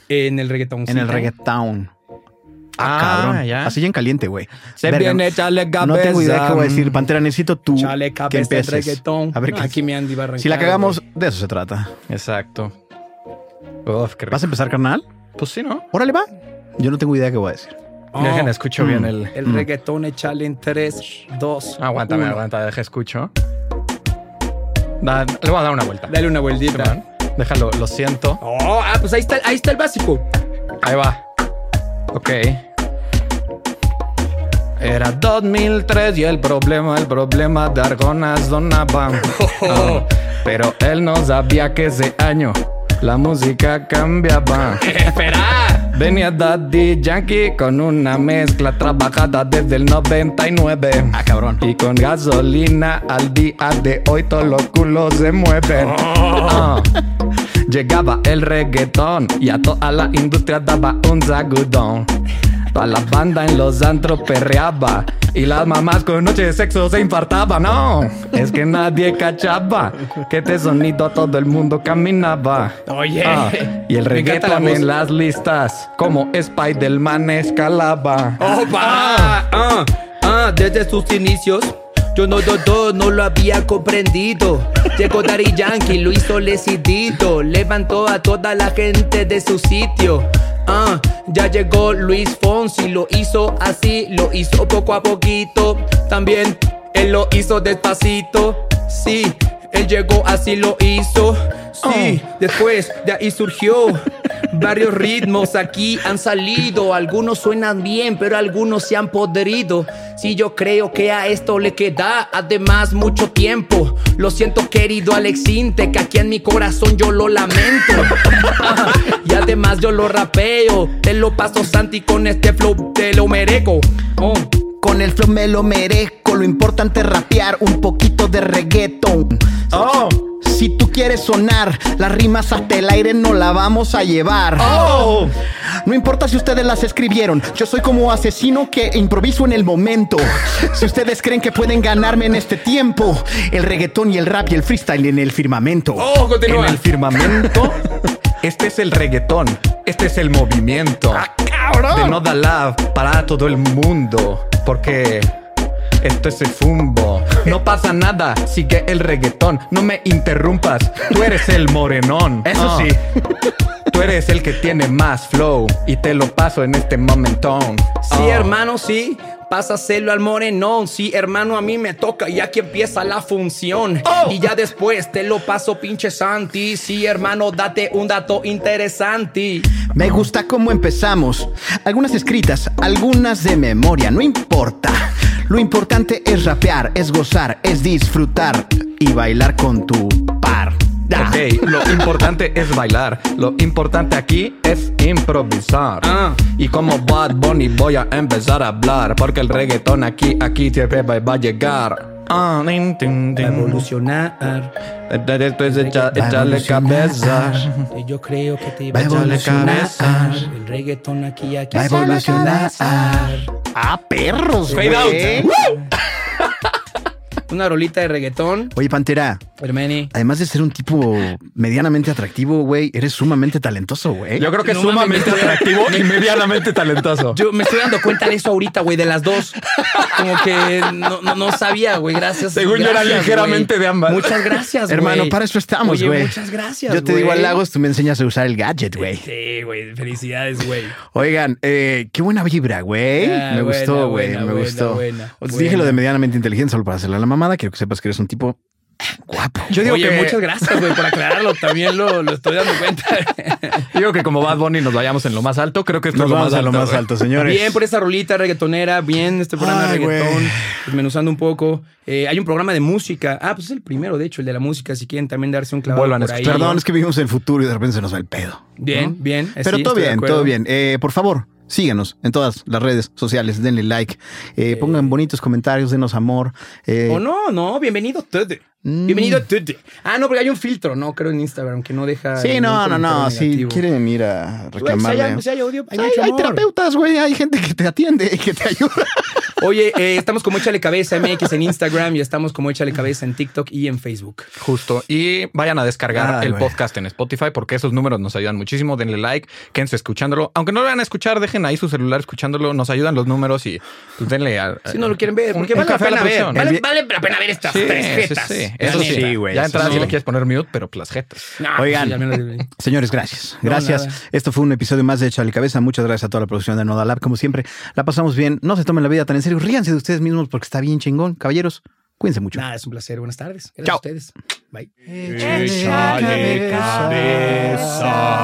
Speaker 2: En el reggaetón.
Speaker 1: en el reggaetown.
Speaker 3: Ah,
Speaker 1: cabrón.
Speaker 3: ya.
Speaker 1: Así ya en caliente, güey.
Speaker 3: Se
Speaker 1: Verga,
Speaker 3: viene echarle cabeza.
Speaker 1: No tengo idea qué voy a decir. Pantera, necesito tú
Speaker 2: Chale,
Speaker 1: que
Speaker 2: cabeza, el
Speaker 1: empieces.
Speaker 2: reggaetón.
Speaker 1: A ver
Speaker 2: No,
Speaker 1: qué-
Speaker 2: Aquí me Andy va a arrancar.
Speaker 1: Si la cagamos,
Speaker 2: güey.
Speaker 1: de eso se trata.
Speaker 3: Exacto. Uf, qué rico.
Speaker 1: ¿Vas a empezar, carnal?
Speaker 3: Pues sí, ¿no?
Speaker 1: Órale, va. Yo no tengo idea qué voy a decir.
Speaker 2: Oh,
Speaker 3: Dejen, escucho
Speaker 1: Mm.
Speaker 3: bien el...
Speaker 2: el reggaetón, échale en 3, 2.
Speaker 3: Aguántame, aguanta, deja, escucho. Da- le voy a dar una vuelta.
Speaker 2: Dale una vueltita.
Speaker 3: Déjalo, lo siento.
Speaker 2: Oh, ah, pues ahí está, ahí está el básico.
Speaker 3: Ahí va. Ok. Era 2003 y el problema, el problema de Argonas donaban. Ah, pero él no sabía que ese año la música cambiaba.
Speaker 2: Espera.
Speaker 3: Venía Daddy Yankee con una mezcla trabajada desde el 99.
Speaker 1: Ah, cabrón.
Speaker 3: Y con gasolina al día de hoy todos los culos se mueven.
Speaker 2: Oh.
Speaker 3: Ah. Llegaba el reggaetón y a toda la industria daba un sacudón. Toda la banda en los antros perreaba y las mamás con noche de sexo se infartaban. No, es que nadie cachaba que este sonido todo el mundo caminaba.
Speaker 2: Oye.
Speaker 3: Ah, y el
Speaker 2: Me encanta
Speaker 3: reggaetón
Speaker 2: la voz.
Speaker 3: en las listas como Spider-Man escalaba.
Speaker 2: ¡Opa! Ah, ah, ah, desde sus inicios. Yo no, no, no, no lo había comprendido. Llegó Dari Yankee, lo hizo lecidito. Levantó a toda la gente de su sitio. Ah, ya llegó Luis Fonsi, lo hizo así, lo hizo poco a poquito. También él lo hizo despacito. Sí, él llegó así, lo hizo. Sí, después de ahí surgió. Varios ritmos aquí han salido, algunos suenan bien, pero algunos se han podrido. Si yo creo que a esto le queda, además mucho tiempo. Lo siento querido Alex Inte, que aquí en mi corazón yo lo lamento. Ah, y además yo lo rapeo, te lo paso Santi con este flow, te lo merezco. Oh.
Speaker 4: Con el flow me lo merezco, lo importante es rapear un poquito de reggaeton.
Speaker 3: Oh.
Speaker 4: Si tú quieres sonar, las rimas hasta el aire no la vamos a llevar.
Speaker 2: Oh.
Speaker 4: No importa si ustedes las escribieron, yo soy como asesino que improviso en el momento. Si ustedes creen que pueden ganarme en este tiempo, el reggaetón y el rap y el freestyle en el firmamento.
Speaker 2: Oh, continúa.
Speaker 3: En el firmamento, este es el reggaetón, este es el
Speaker 2: Ah,
Speaker 3: movimiento. De Noda Love para todo el mundo, porque Esto es el fumbo. No pasa nada, sigue el reggaetón. No me interrumpas, tú eres el morenón.
Speaker 2: Eso
Speaker 3: Ah.
Speaker 2: sí.
Speaker 3: Tú eres el que tiene más flow y te lo paso en este momentón.
Speaker 2: Sí,
Speaker 3: Ah.
Speaker 2: hermano, sí. Pásaselo al morenón. Sí, hermano, a mí me toca. Y aquí empieza la función. Y ya después te lo paso, pinche Santi. Sí, hermano, date un dato interesante.
Speaker 1: Me gusta cómo empezamos. Algunas escritas, algunas de memoria, no importa. Lo importante es rapear, es gozar, es disfrutar y bailar con tu par. Ah.
Speaker 3: Ok, lo importante es bailar. Lo importante aquí es improvisar.
Speaker 2: Ah.
Speaker 3: Y como Bad Bunny voy a empezar a hablar. Porque el reggaetón aquí, aquí siempre va va a llegar. Ah, din, din, din.
Speaker 2: Evolucionar.
Speaker 3: Esto es echa- echarle cabeza.
Speaker 2: Yo creo que te
Speaker 1: Va a evolucionar.
Speaker 2: El reggaetón aquí, aquí.
Speaker 1: Va a evolucionar. Ah, perros,
Speaker 2: Fade
Speaker 1: güey.
Speaker 2: Una rolita de reggaetón.
Speaker 1: Oye, Pantera,
Speaker 2: Hermeni.
Speaker 1: además de ser un tipo medianamente atractivo, güey, eres sumamente talentoso, güey.
Speaker 3: Yo creo que es
Speaker 2: No
Speaker 3: sumamente
Speaker 2: mames.
Speaker 3: atractivo y medianamente talentoso.
Speaker 2: Yo me estoy dando cuenta de eso ahorita, güey, de las dos. Como que no, no, no sabía, güey. Gracias.
Speaker 3: Según yo, era
Speaker 2: gracias,
Speaker 3: ligeramente
Speaker 2: güey.
Speaker 3: de ambas.
Speaker 2: Muchas gracias, güey.
Speaker 1: Hermano, para eso estamos,
Speaker 2: Oye,
Speaker 1: güey.
Speaker 2: Muchas gracias.
Speaker 1: Yo te
Speaker 2: güey.
Speaker 1: digo halagos, tú me enseñas a usar el gadget, güey.
Speaker 2: Sí, güey. Felicidades, güey.
Speaker 1: Oigan, eh, qué buena vibra, güey.
Speaker 2: Ah,
Speaker 1: me
Speaker 2: buena,
Speaker 1: gustó, güey.
Speaker 2: buena,
Speaker 1: Me
Speaker 2: buena,
Speaker 1: gustó.
Speaker 2: buena,
Speaker 1: Os
Speaker 2: buena.
Speaker 1: Dije lo de medianamente inteligente solo para hacerle la mamada. Quiero que sepas que eres un tipo guapo.
Speaker 3: Yo digo
Speaker 2: Oye,
Speaker 3: que-
Speaker 2: muchas gracias, güey, por aclararlo. También lo, lo estoy dando cuenta.
Speaker 3: Digo que como Bad Bunny nos vayamos en lo más alto, creo que esto
Speaker 1: Nos
Speaker 3: es lo
Speaker 1: vamos
Speaker 3: más
Speaker 1: a lo
Speaker 3: alto,
Speaker 1: más
Speaker 3: güey.
Speaker 1: alto, señores.
Speaker 2: Bien por esa rolita reggaetonera, bien este programa de
Speaker 1: Ay, güey.
Speaker 2: reggaetón, desmenuzando un poco. Eh, hay un programa de música. Ah, pues es el primero, de hecho, el de la música. Si quieren también darse un clavado
Speaker 3: Vuelvan a
Speaker 2: por ahí.
Speaker 1: Perdón, es que vivimos en el futuro y de repente se nos va el pedo.
Speaker 2: Bien, bien. eh,
Speaker 1: Pero
Speaker 2: sí,
Speaker 1: todo
Speaker 2: estoy de
Speaker 1: bien,
Speaker 2: acuerdo.
Speaker 1: todo bien. Eh, por favor, síganos en todas las redes sociales. Denle like. eh, Pongan bonitos comentarios, denos amor. eh,
Speaker 2: O no, no, bienvenido todo. Bienvenido todo. Ah, no, porque hay un filtro, no, creo en Instagram, que no deja.
Speaker 1: Sí,
Speaker 2: ningún
Speaker 1: no, no, no.
Speaker 2: comentario
Speaker 1: Si
Speaker 2: negativo.
Speaker 1: quieren ir a
Speaker 2: Güey, Pues, si hay-
Speaker 1: reclamarle.
Speaker 2: si hay odio, hay
Speaker 1: Hay,
Speaker 2: mucho
Speaker 1: hay
Speaker 2: amor.
Speaker 1: terapeutas, güey. Hay gente que te atiende y que te ayuda.
Speaker 2: Oye, eh, estamos como Échale Cabeza MX en Instagram y estamos como Échale Cabeza en TikTok y en Facebook.
Speaker 3: Justo. Y vayan a descargar
Speaker 1: Ay,
Speaker 3: el
Speaker 1: güey.
Speaker 3: podcast en Spotify porque esos números nos ayudan muchísimo. Denle like, quédense escuchándolo. Aunque no lo van a escuchar, dejen ahí su celular escuchándolo. Nos ayudan los números y pues, denle a,
Speaker 2: Si no lo quieren ver,
Speaker 3: un-
Speaker 2: porque
Speaker 3: un
Speaker 2: vale la
Speaker 3: café a
Speaker 2: pena ver.
Speaker 3: producción.
Speaker 2: Vale, vale la pena ver estas
Speaker 3: Sí,
Speaker 2: tres
Speaker 3: sí,
Speaker 2: jetas.
Speaker 3: sí.
Speaker 2: la
Speaker 3: Eso sí,
Speaker 2: neta.
Speaker 5: güey,
Speaker 3: Ya
Speaker 5: eso
Speaker 3: entradas si
Speaker 2: sí.
Speaker 3: le quieres poner mute, pero pues las jetas.
Speaker 2: Ah, pues
Speaker 1: Oigan.
Speaker 2: sí, al menos-
Speaker 1: Señores, gracias.
Speaker 2: No,
Speaker 1: Gracias.
Speaker 2: nada.
Speaker 1: Esto fue un episodio más de Echale Cabeza. Muchas gracias a toda la producción de Noda Lab. Como siempre, la pasamos bien. No se tomen la vida tan en serio. Ríanse de ustedes mismos porque está bien chingón. Caballeros, cuídense mucho.
Speaker 2: Nada, es un placer. Buenas tardes. Gracias
Speaker 3: Chao.
Speaker 2: a ustedes. Bye.
Speaker 6: Échale cabeza.